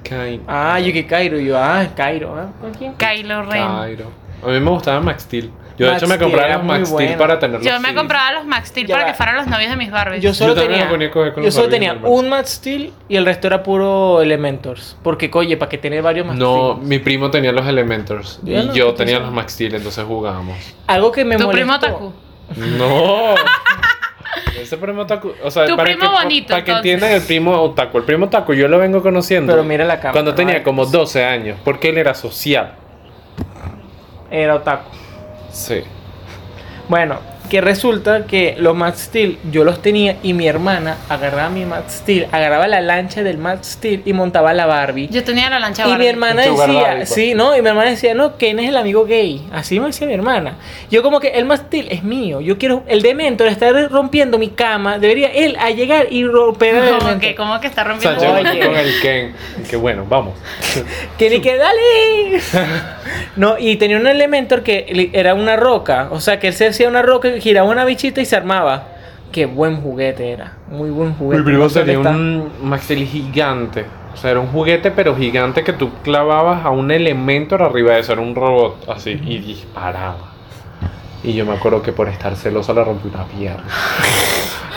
Speaker 2: Kind
Speaker 1: Ah, yo que Cairo, yo, ah, Cairo, ah.
Speaker 3: Kylo Ren.
Speaker 2: Cairo. A mí me gustaba Max Steel. Yo de
Speaker 1: Max
Speaker 2: hecho me
Speaker 1: Steel
Speaker 2: compraba
Speaker 1: era
Speaker 2: los
Speaker 1: muy
Speaker 2: Max Steel
Speaker 1: bueno.
Speaker 2: para tenerlos.
Speaker 3: Yo me
Speaker 2: así.
Speaker 3: compraba los Max Steel
Speaker 1: Ya
Speaker 3: para
Speaker 1: va.
Speaker 3: que fueran los novios de mis Barbies.
Speaker 1: Yo solo
Speaker 2: también
Speaker 1: tenía,
Speaker 2: me ponía a coger con
Speaker 1: yo
Speaker 2: los
Speaker 1: solo
Speaker 2: Barbies,
Speaker 1: tenía
Speaker 2: mi hermano.
Speaker 1: un Max Steel y el resto era puro Elementors. Porque, oye, ¿para qué tener varios Max
Speaker 2: No,
Speaker 1: Steel?
Speaker 2: mi primo tenía los Elementors
Speaker 1: Yo
Speaker 2: y
Speaker 1: no,
Speaker 2: yo
Speaker 1: ¿qué
Speaker 2: tenía
Speaker 1: pasó?
Speaker 2: los Max Steel, entonces jugábamos.
Speaker 1: Algo que me
Speaker 3: Tu primo
Speaker 1: molestó-
Speaker 3: Taku.
Speaker 2: No. <laughs> Ese primo otaku, o sea,
Speaker 3: Tu
Speaker 2: para
Speaker 3: primo
Speaker 2: que, pa-
Speaker 3: bonito,
Speaker 2: para que
Speaker 3: entonces.
Speaker 2: entiendan el primo otaku, el primo otaku yo lo vengo conociendo.
Speaker 1: Pero mira la cámara,
Speaker 2: Cuando tenía
Speaker 1: ¿vale?
Speaker 2: como 12 años, porque él era social.
Speaker 1: Era Otaku.
Speaker 2: Sí.
Speaker 1: Bueno, que resulta que los Max Steel yo los tenía y mi hermana agarraba mi Max Steel, agarraba la lancha del Max Steel y montaba la Barbie.
Speaker 3: Yo tenía la lancha
Speaker 1: y
Speaker 3: Barbie.
Speaker 1: mi
Speaker 3: <laughs>
Speaker 1: hermana
Speaker 2: Sugar
Speaker 1: decía,
Speaker 2: Daddy, pues.
Speaker 1: sí, no, y mi hermana decía, no, Ken es el amigo gay. Así me decía mi hermana. Yo como que el Max Steel es mío. Yo quiero el Dementor está rompiendo mi cama. Debería él a llegar y romper el
Speaker 3: Como
Speaker 1: Dementor.
Speaker 3: que, como que está
Speaker 2: O sea,
Speaker 3: rompiendo
Speaker 2: yo
Speaker 1: Oye.
Speaker 2: con el Ken. y Que bueno, vamos.
Speaker 1: Que ni que dale. <laughs> No, y tenía un Elementor que li- era una roca. O sea, que él se hacía una roca, y giraba una bichita y se armaba. Qué buen juguete era. Muy buen juguete.
Speaker 2: Mi primo
Speaker 1: No sé
Speaker 2: tenía
Speaker 1: dónde está.
Speaker 2: un Max Steel gigante. O sea, era un juguete, pero gigante que tú clavabas a un Elementor arriba de eso. Era un robot así y disparaba. Y yo me acuerdo que por estar celoso le rompí una
Speaker 1: <laughs>
Speaker 2: pierna.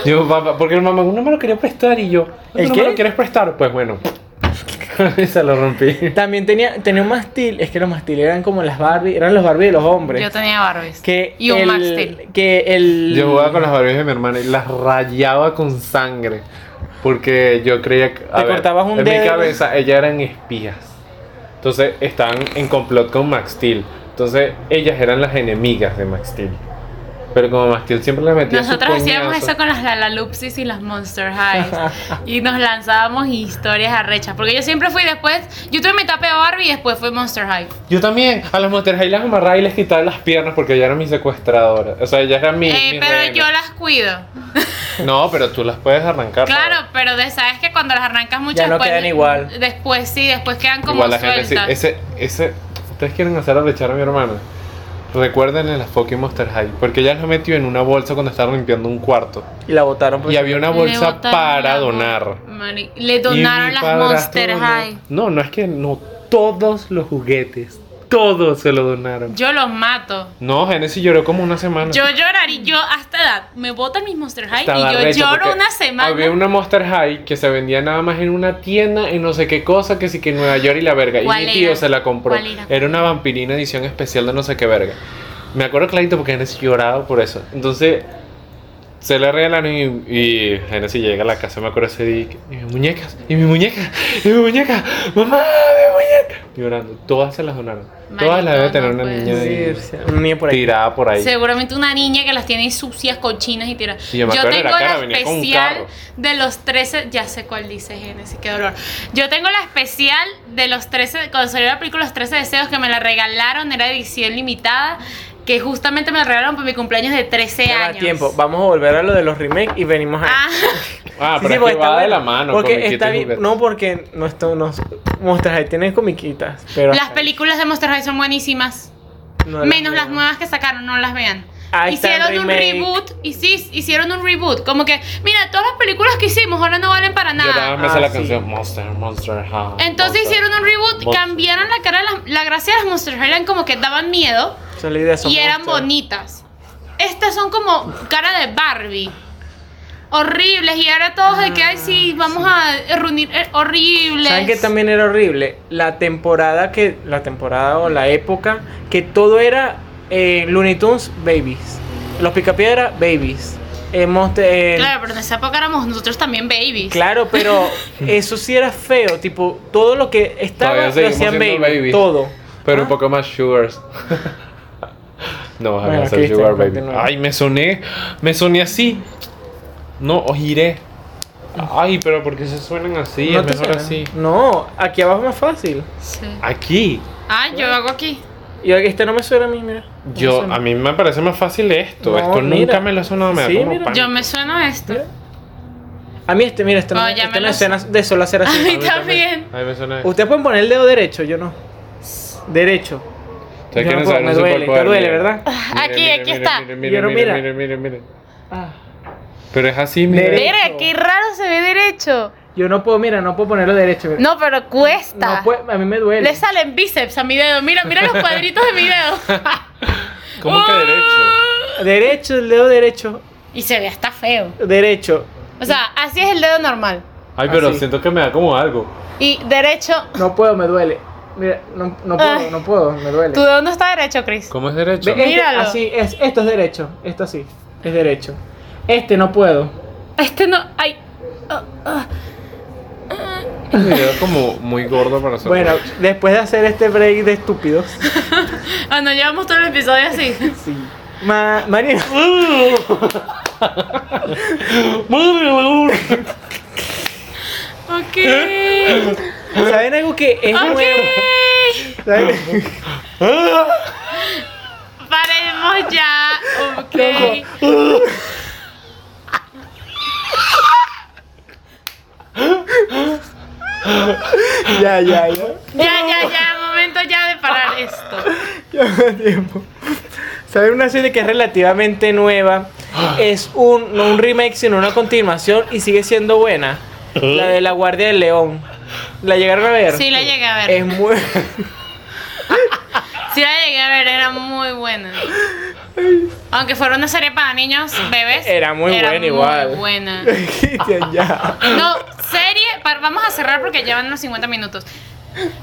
Speaker 2: yo, papá, porque el mamá no me lo quería prestar y yo, "¿Tú
Speaker 1: ¿El
Speaker 2: no
Speaker 1: qué?
Speaker 2: me lo quieres prestar? Pues bueno, <laughs> se lo rompí.
Speaker 1: También tenía, tenía un mastil. Es que los mastil eran como las Barbie. Eran los Barbie de los hombres.
Speaker 3: Yo tenía Barbies.
Speaker 1: que
Speaker 3: y un
Speaker 1: el-
Speaker 3: Max Steel.
Speaker 1: Que el.
Speaker 2: Yo jugaba con las barbillas de mi hermana y las rayaba con sangre. Porque yo creía que. a
Speaker 1: Te cortabas un
Speaker 2: en
Speaker 1: dedo.
Speaker 2: mi cabeza, ellas eran espías. Entonces estaban en complot con Max Steel. Entonces ellas eran las enemigas de Max Steel. Pero como Max Steel siempre les metía
Speaker 3: Nosotros
Speaker 2: su
Speaker 3: hacíamos
Speaker 2: coñazo-
Speaker 3: eso con las Lalalupsis y las Monster Highs.
Speaker 1: <laughs>
Speaker 3: y nos lanzábamos historias arrechas. Porque yo siempre fui después. Yo tuve mi etapa de Barbie y después fue Monster High.
Speaker 2: Yo también, a las Monster High las amarraba y les quitaba las piernas porque ellas eran mis secuestradoras. O sea, ellas eran mi.
Speaker 3: Eh,
Speaker 2: mis
Speaker 3: pero
Speaker 2: rehenes.
Speaker 3: yo las cuido.
Speaker 2: No, pero tú las puedes arrancar.
Speaker 3: Claro, pero de, sabes que cuando las arrancas mucho
Speaker 1: Ya no
Speaker 3: después,
Speaker 1: quedan igual.
Speaker 3: Después sí, después quedan como
Speaker 2: Igual la gente
Speaker 3: sueltas.
Speaker 2: sí. Ese, ese, ustedes quieren hacer arrechar a mi hermana. Recuérdenle las Pokémon Monster High, porque ella las metió en una bolsa cuando estaba limpiando un cuarto.
Speaker 1: Y la botaron. pues. por-
Speaker 2: Y había una
Speaker 3: Pues, Le
Speaker 2: bolsa
Speaker 3: botaron
Speaker 2: para
Speaker 3: la bo-
Speaker 2: donar.
Speaker 3: Mari- Le
Speaker 2: Y mi
Speaker 3: donaron las
Speaker 2: padrastro
Speaker 3: Monster
Speaker 2: donó-
Speaker 3: High.
Speaker 2: No, no es que no todos los juguetes, todos se lo donaron.
Speaker 3: Yo los mato.
Speaker 2: No, Genesis lloró como una semana.
Speaker 3: Yo lloraría, yo hasta edad me botan mis Monster High
Speaker 2: Estaba
Speaker 3: y yo
Speaker 2: arrecho
Speaker 3: lloro
Speaker 2: porque
Speaker 3: una semana.
Speaker 2: Había una Monster High que se vendía nada más en una tienda en no sé qué cosa, que sí que en Nueva York y la verga. Y mi
Speaker 3: ¿Cuál era?
Speaker 2: tío se la compró.
Speaker 3: ¿Cuál era?
Speaker 2: una vampirina edición especial de no sé qué verga. Me acuerdo clarito porque Genesis lloraba por eso. Entonces se la regalaron y, y Genesis llega a la casa, me acuerdo ese día. y que, Y mis muñecas, y mi muñeca, y mi muñeca, mamá, mi muñeca. Llorando, todas se las donaron. todas
Speaker 3: Marico,
Speaker 2: las debe tener
Speaker 3: no
Speaker 2: una
Speaker 3: puede
Speaker 2: niña ahí,
Speaker 1: Sí, sí, un niño por ahí.
Speaker 2: tirada por ahí.
Speaker 3: Seguramente una niña que las tiene sucias, cochinas y tiradas.
Speaker 2: Sí, yo me acuerdo de la cara, venía con un carro.
Speaker 3: de los 13. Ya sé cuál dice Génesis, qué dolor. Yo tengo la especial de los 13. Cuando salió la película Los 13 Deseos, que me la regalaron, era edición limitada. Que justamente me la regalaron por mi cumpleaños de 13
Speaker 1: Ya va,
Speaker 3: años.
Speaker 1: tiempo. Vamos a volver a lo de los remakes y venimos a.
Speaker 3: Ah,
Speaker 2: Ah,
Speaker 1: Sí,
Speaker 2: pero
Speaker 1: sí,
Speaker 2: es
Speaker 1: porque
Speaker 2: que
Speaker 1: está
Speaker 2: va
Speaker 1: bueno.
Speaker 2: de la mano.
Speaker 1: Porque
Speaker 2: comiquita
Speaker 1: está
Speaker 2: y
Speaker 1: bien.
Speaker 2: juguete.
Speaker 1: No, porque nuestro, nos muestras ahí tienen comiquitas. Pero
Speaker 3: las películas de Monster High son buenísimas.
Speaker 1: no
Speaker 3: Menos las
Speaker 1: veo.
Speaker 3: nuevas que sacaron, no las vean.
Speaker 1: Ahí está el
Speaker 3: hicieron un
Speaker 1: remake.
Speaker 3: reboot y sí, hicieron un reboot. Como que, mira, todas las películas que hicimos ahora no valen para
Speaker 2: Yo nada
Speaker 3: nada.
Speaker 2: más me sé
Speaker 1: Ah,
Speaker 2: la
Speaker 1: sí.
Speaker 2: canción Monster, Monster High.
Speaker 3: Entonces
Speaker 2: Monster.
Speaker 3: hicieron un reboot,
Speaker 2: Monster.
Speaker 3: cambiaron la cara de las, la gracia de las Monster High, eran como que daban miedo
Speaker 1: Esa es la idea, son
Speaker 3: y eran
Speaker 1: monstruos.
Speaker 3: bonitas. Estas son como cara de Barbie. Horribles y ahora todos de que ay sí, vamos a reunir eh, horribles.
Speaker 1: ¿Saben que también era horrible? La temporada que. La temporada o la época que todo era eh, Looney Tunes, babies. Los Picapiedra, babies. Eh, Monster- eh,
Speaker 3: Claro, pero en esa época éramos nosotros también babies.
Speaker 1: Claro,
Speaker 3: <laughs>
Speaker 1: pero eso sí era feo, tipo, todo lo que estaba
Speaker 2: Todavía
Speaker 1: lo hacían
Speaker 2: seguimos
Speaker 1: baby,
Speaker 2: siendo babies.
Speaker 1: todo.
Speaker 2: Pero un poco más sugars. <laughs> no vas a
Speaker 1: Bueno,
Speaker 2: hacer
Speaker 1: Cristian,
Speaker 2: sugar, baby.
Speaker 1: continúa.
Speaker 2: Ay, me soné. Me soné así. No, os giré. Ay, pero ¿por qué se suenan así?
Speaker 1: ¿No
Speaker 2: es
Speaker 1: te
Speaker 2: mejor
Speaker 1: suena?
Speaker 2: así.
Speaker 1: No, aquí abajo es más fácil.
Speaker 3: Sí.
Speaker 2: Aquí.
Speaker 3: Ah, yo hago aquí.
Speaker 1: Y este no me suena a mí, mira. No me
Speaker 2: Yo,
Speaker 1: suena.
Speaker 2: a mí me parece más fácil esto.
Speaker 1: No,
Speaker 2: esto
Speaker 1: mira.
Speaker 2: nunca me lo ha sonado. Me da
Speaker 1: Sí,
Speaker 2: como
Speaker 1: mira.
Speaker 2: pan.
Speaker 3: Yo me sueno a esto.
Speaker 1: Mira. A mí este, mira, este, no,
Speaker 3: Oh, ya
Speaker 1: este
Speaker 3: me
Speaker 1: me
Speaker 3: lo-
Speaker 1: suena de solo hacer
Speaker 3: A
Speaker 1: así.
Speaker 3: mí también.
Speaker 2: A mí me suena.
Speaker 1: Ustedes pueden poner el dedo derecho, yo no. Derecho.
Speaker 2: Ustedes
Speaker 1: yo
Speaker 2: quieren
Speaker 1: no puedo,
Speaker 2: saber
Speaker 1: me
Speaker 2: un
Speaker 1: duele,
Speaker 2: superpoder,
Speaker 1: te duele,
Speaker 2: miren.
Speaker 1: ¿verdad?
Speaker 3: Aquí, aquí está.
Speaker 2: Miren,
Speaker 1: Yo no,
Speaker 2: miren,
Speaker 1: mira.
Speaker 2: miren, miren, miren, miren.
Speaker 1: Ah.
Speaker 2: Pero es así, mira.
Speaker 1: Derecho.
Speaker 3: Mira, qué raro se ve derecho.
Speaker 1: Yo no puedo, mira, no puedo ponerlo derecho. mira.
Speaker 3: No, pero cuesta.
Speaker 1: No puedo, a mí me duele.
Speaker 3: Le salen bíceps a mi dedo. Mira, mira los cuadritos de mi dedo.
Speaker 2: ¿Cómo que
Speaker 3: Ah.
Speaker 2: derecho?
Speaker 3: <laughs>
Speaker 1: Derecho, el dedo derecho.
Speaker 3: Y se ve hasta feo.
Speaker 1: Derecho.
Speaker 3: O sea, así es el dedo normal.
Speaker 2: Ay, pero
Speaker 1: Así.
Speaker 2: siento que me da como algo.
Speaker 3: Y derecho.
Speaker 1: No puedo, me duele. Mira, no, no
Speaker 3: Ay.
Speaker 1: puedo, no puedo, me duele.
Speaker 3: ¿Tu dedo no está derecho, Chris?
Speaker 2: ¿Cómo es derecho?
Speaker 1: Ve, este,
Speaker 3: Míralo.
Speaker 1: así, es, esto es derecho. Esto sí, es derecho. Este no puedo.
Speaker 3: Este no. Ay. Ah, ah.
Speaker 2: Me quedo como muy gordo para nosotros.
Speaker 1: Bueno,
Speaker 2: <laughs>
Speaker 1: después de hacer este break de estúpidos.
Speaker 3: Ah, no, llevamos todo el episodio <laughs> así.
Speaker 1: Sí. Ma Mario.
Speaker 3: Ok.
Speaker 1: ¿Saben algo que es nuevo?
Speaker 3: Ok.
Speaker 1: ¿Saben?
Speaker 3: Paremos ya. Ok.
Speaker 1: ya, ya, ya.
Speaker 3: Ya, ya, ya. Momento ya de parar esto.
Speaker 1: Ya me da tiempo. ¿Saben una serie que es relativamente nueva? Es un, no un remake, sino una continuación y sigue siendo buena. La de La Guardia del León. ¿La llegaron a ver?
Speaker 3: Sí, la llegué a ver.
Speaker 1: Es muy. <laughs>
Speaker 3: Sí, la llegué a ver. Era muy buena. Aunque fuera una serie para niños, bebés.
Speaker 1: Era muy buena
Speaker 3: muy
Speaker 1: igual.
Speaker 3: buena.
Speaker 1: Cristian, ya.
Speaker 3: No, serie, pa- vamos a cerrar porque llevan unos 50 minutos.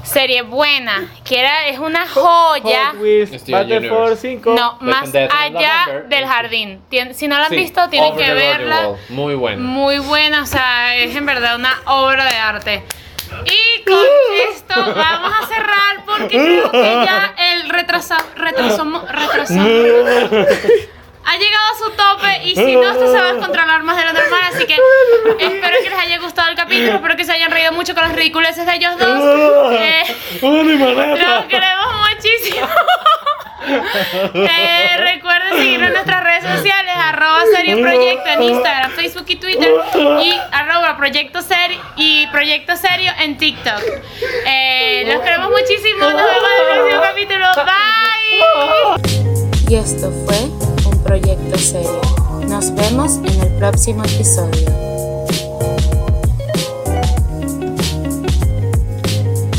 Speaker 3: Serie buena, que era, es una joya.
Speaker 1: Hot Wheels,
Speaker 2: Steven
Speaker 1: Battle
Speaker 2: Universe.
Speaker 1: Force 5.
Speaker 3: No, más
Speaker 2: Death and
Speaker 3: allá
Speaker 2: Lover.
Speaker 3: del jardín. Tien- si no la han
Speaker 2: Sí,
Speaker 3: visto, tienen
Speaker 2: Over
Speaker 3: que
Speaker 2: the Garden
Speaker 3: verla.
Speaker 2: Wall. Muy bueno.
Speaker 3: Muy buena, o sea, es en verdad una obra de arte. Y con esto vamos a cerrar porque creo que ya el retraso, retraso, retraso ha llegado a su tope y si no, esto se va a descontrolar más de lo normal. Así que espero que les haya gustado el capítulo, espero que se hayan reído mucho con las ridiculeces de ellos dos. Eh, los queremos muchísimo. Eh, recuerden seguirnos en nuestras redes sociales, arroba serie proyecto en Instagram, Facebook y Twitter y arroba proyecto serie y proyecto serio en TikTok. Eh, los queremos muchísimo, nos vemos en el próximo capítulo. Bye.
Speaker 4: Y esto fue un proyecto serio. Nos vemos en el próximo episodio.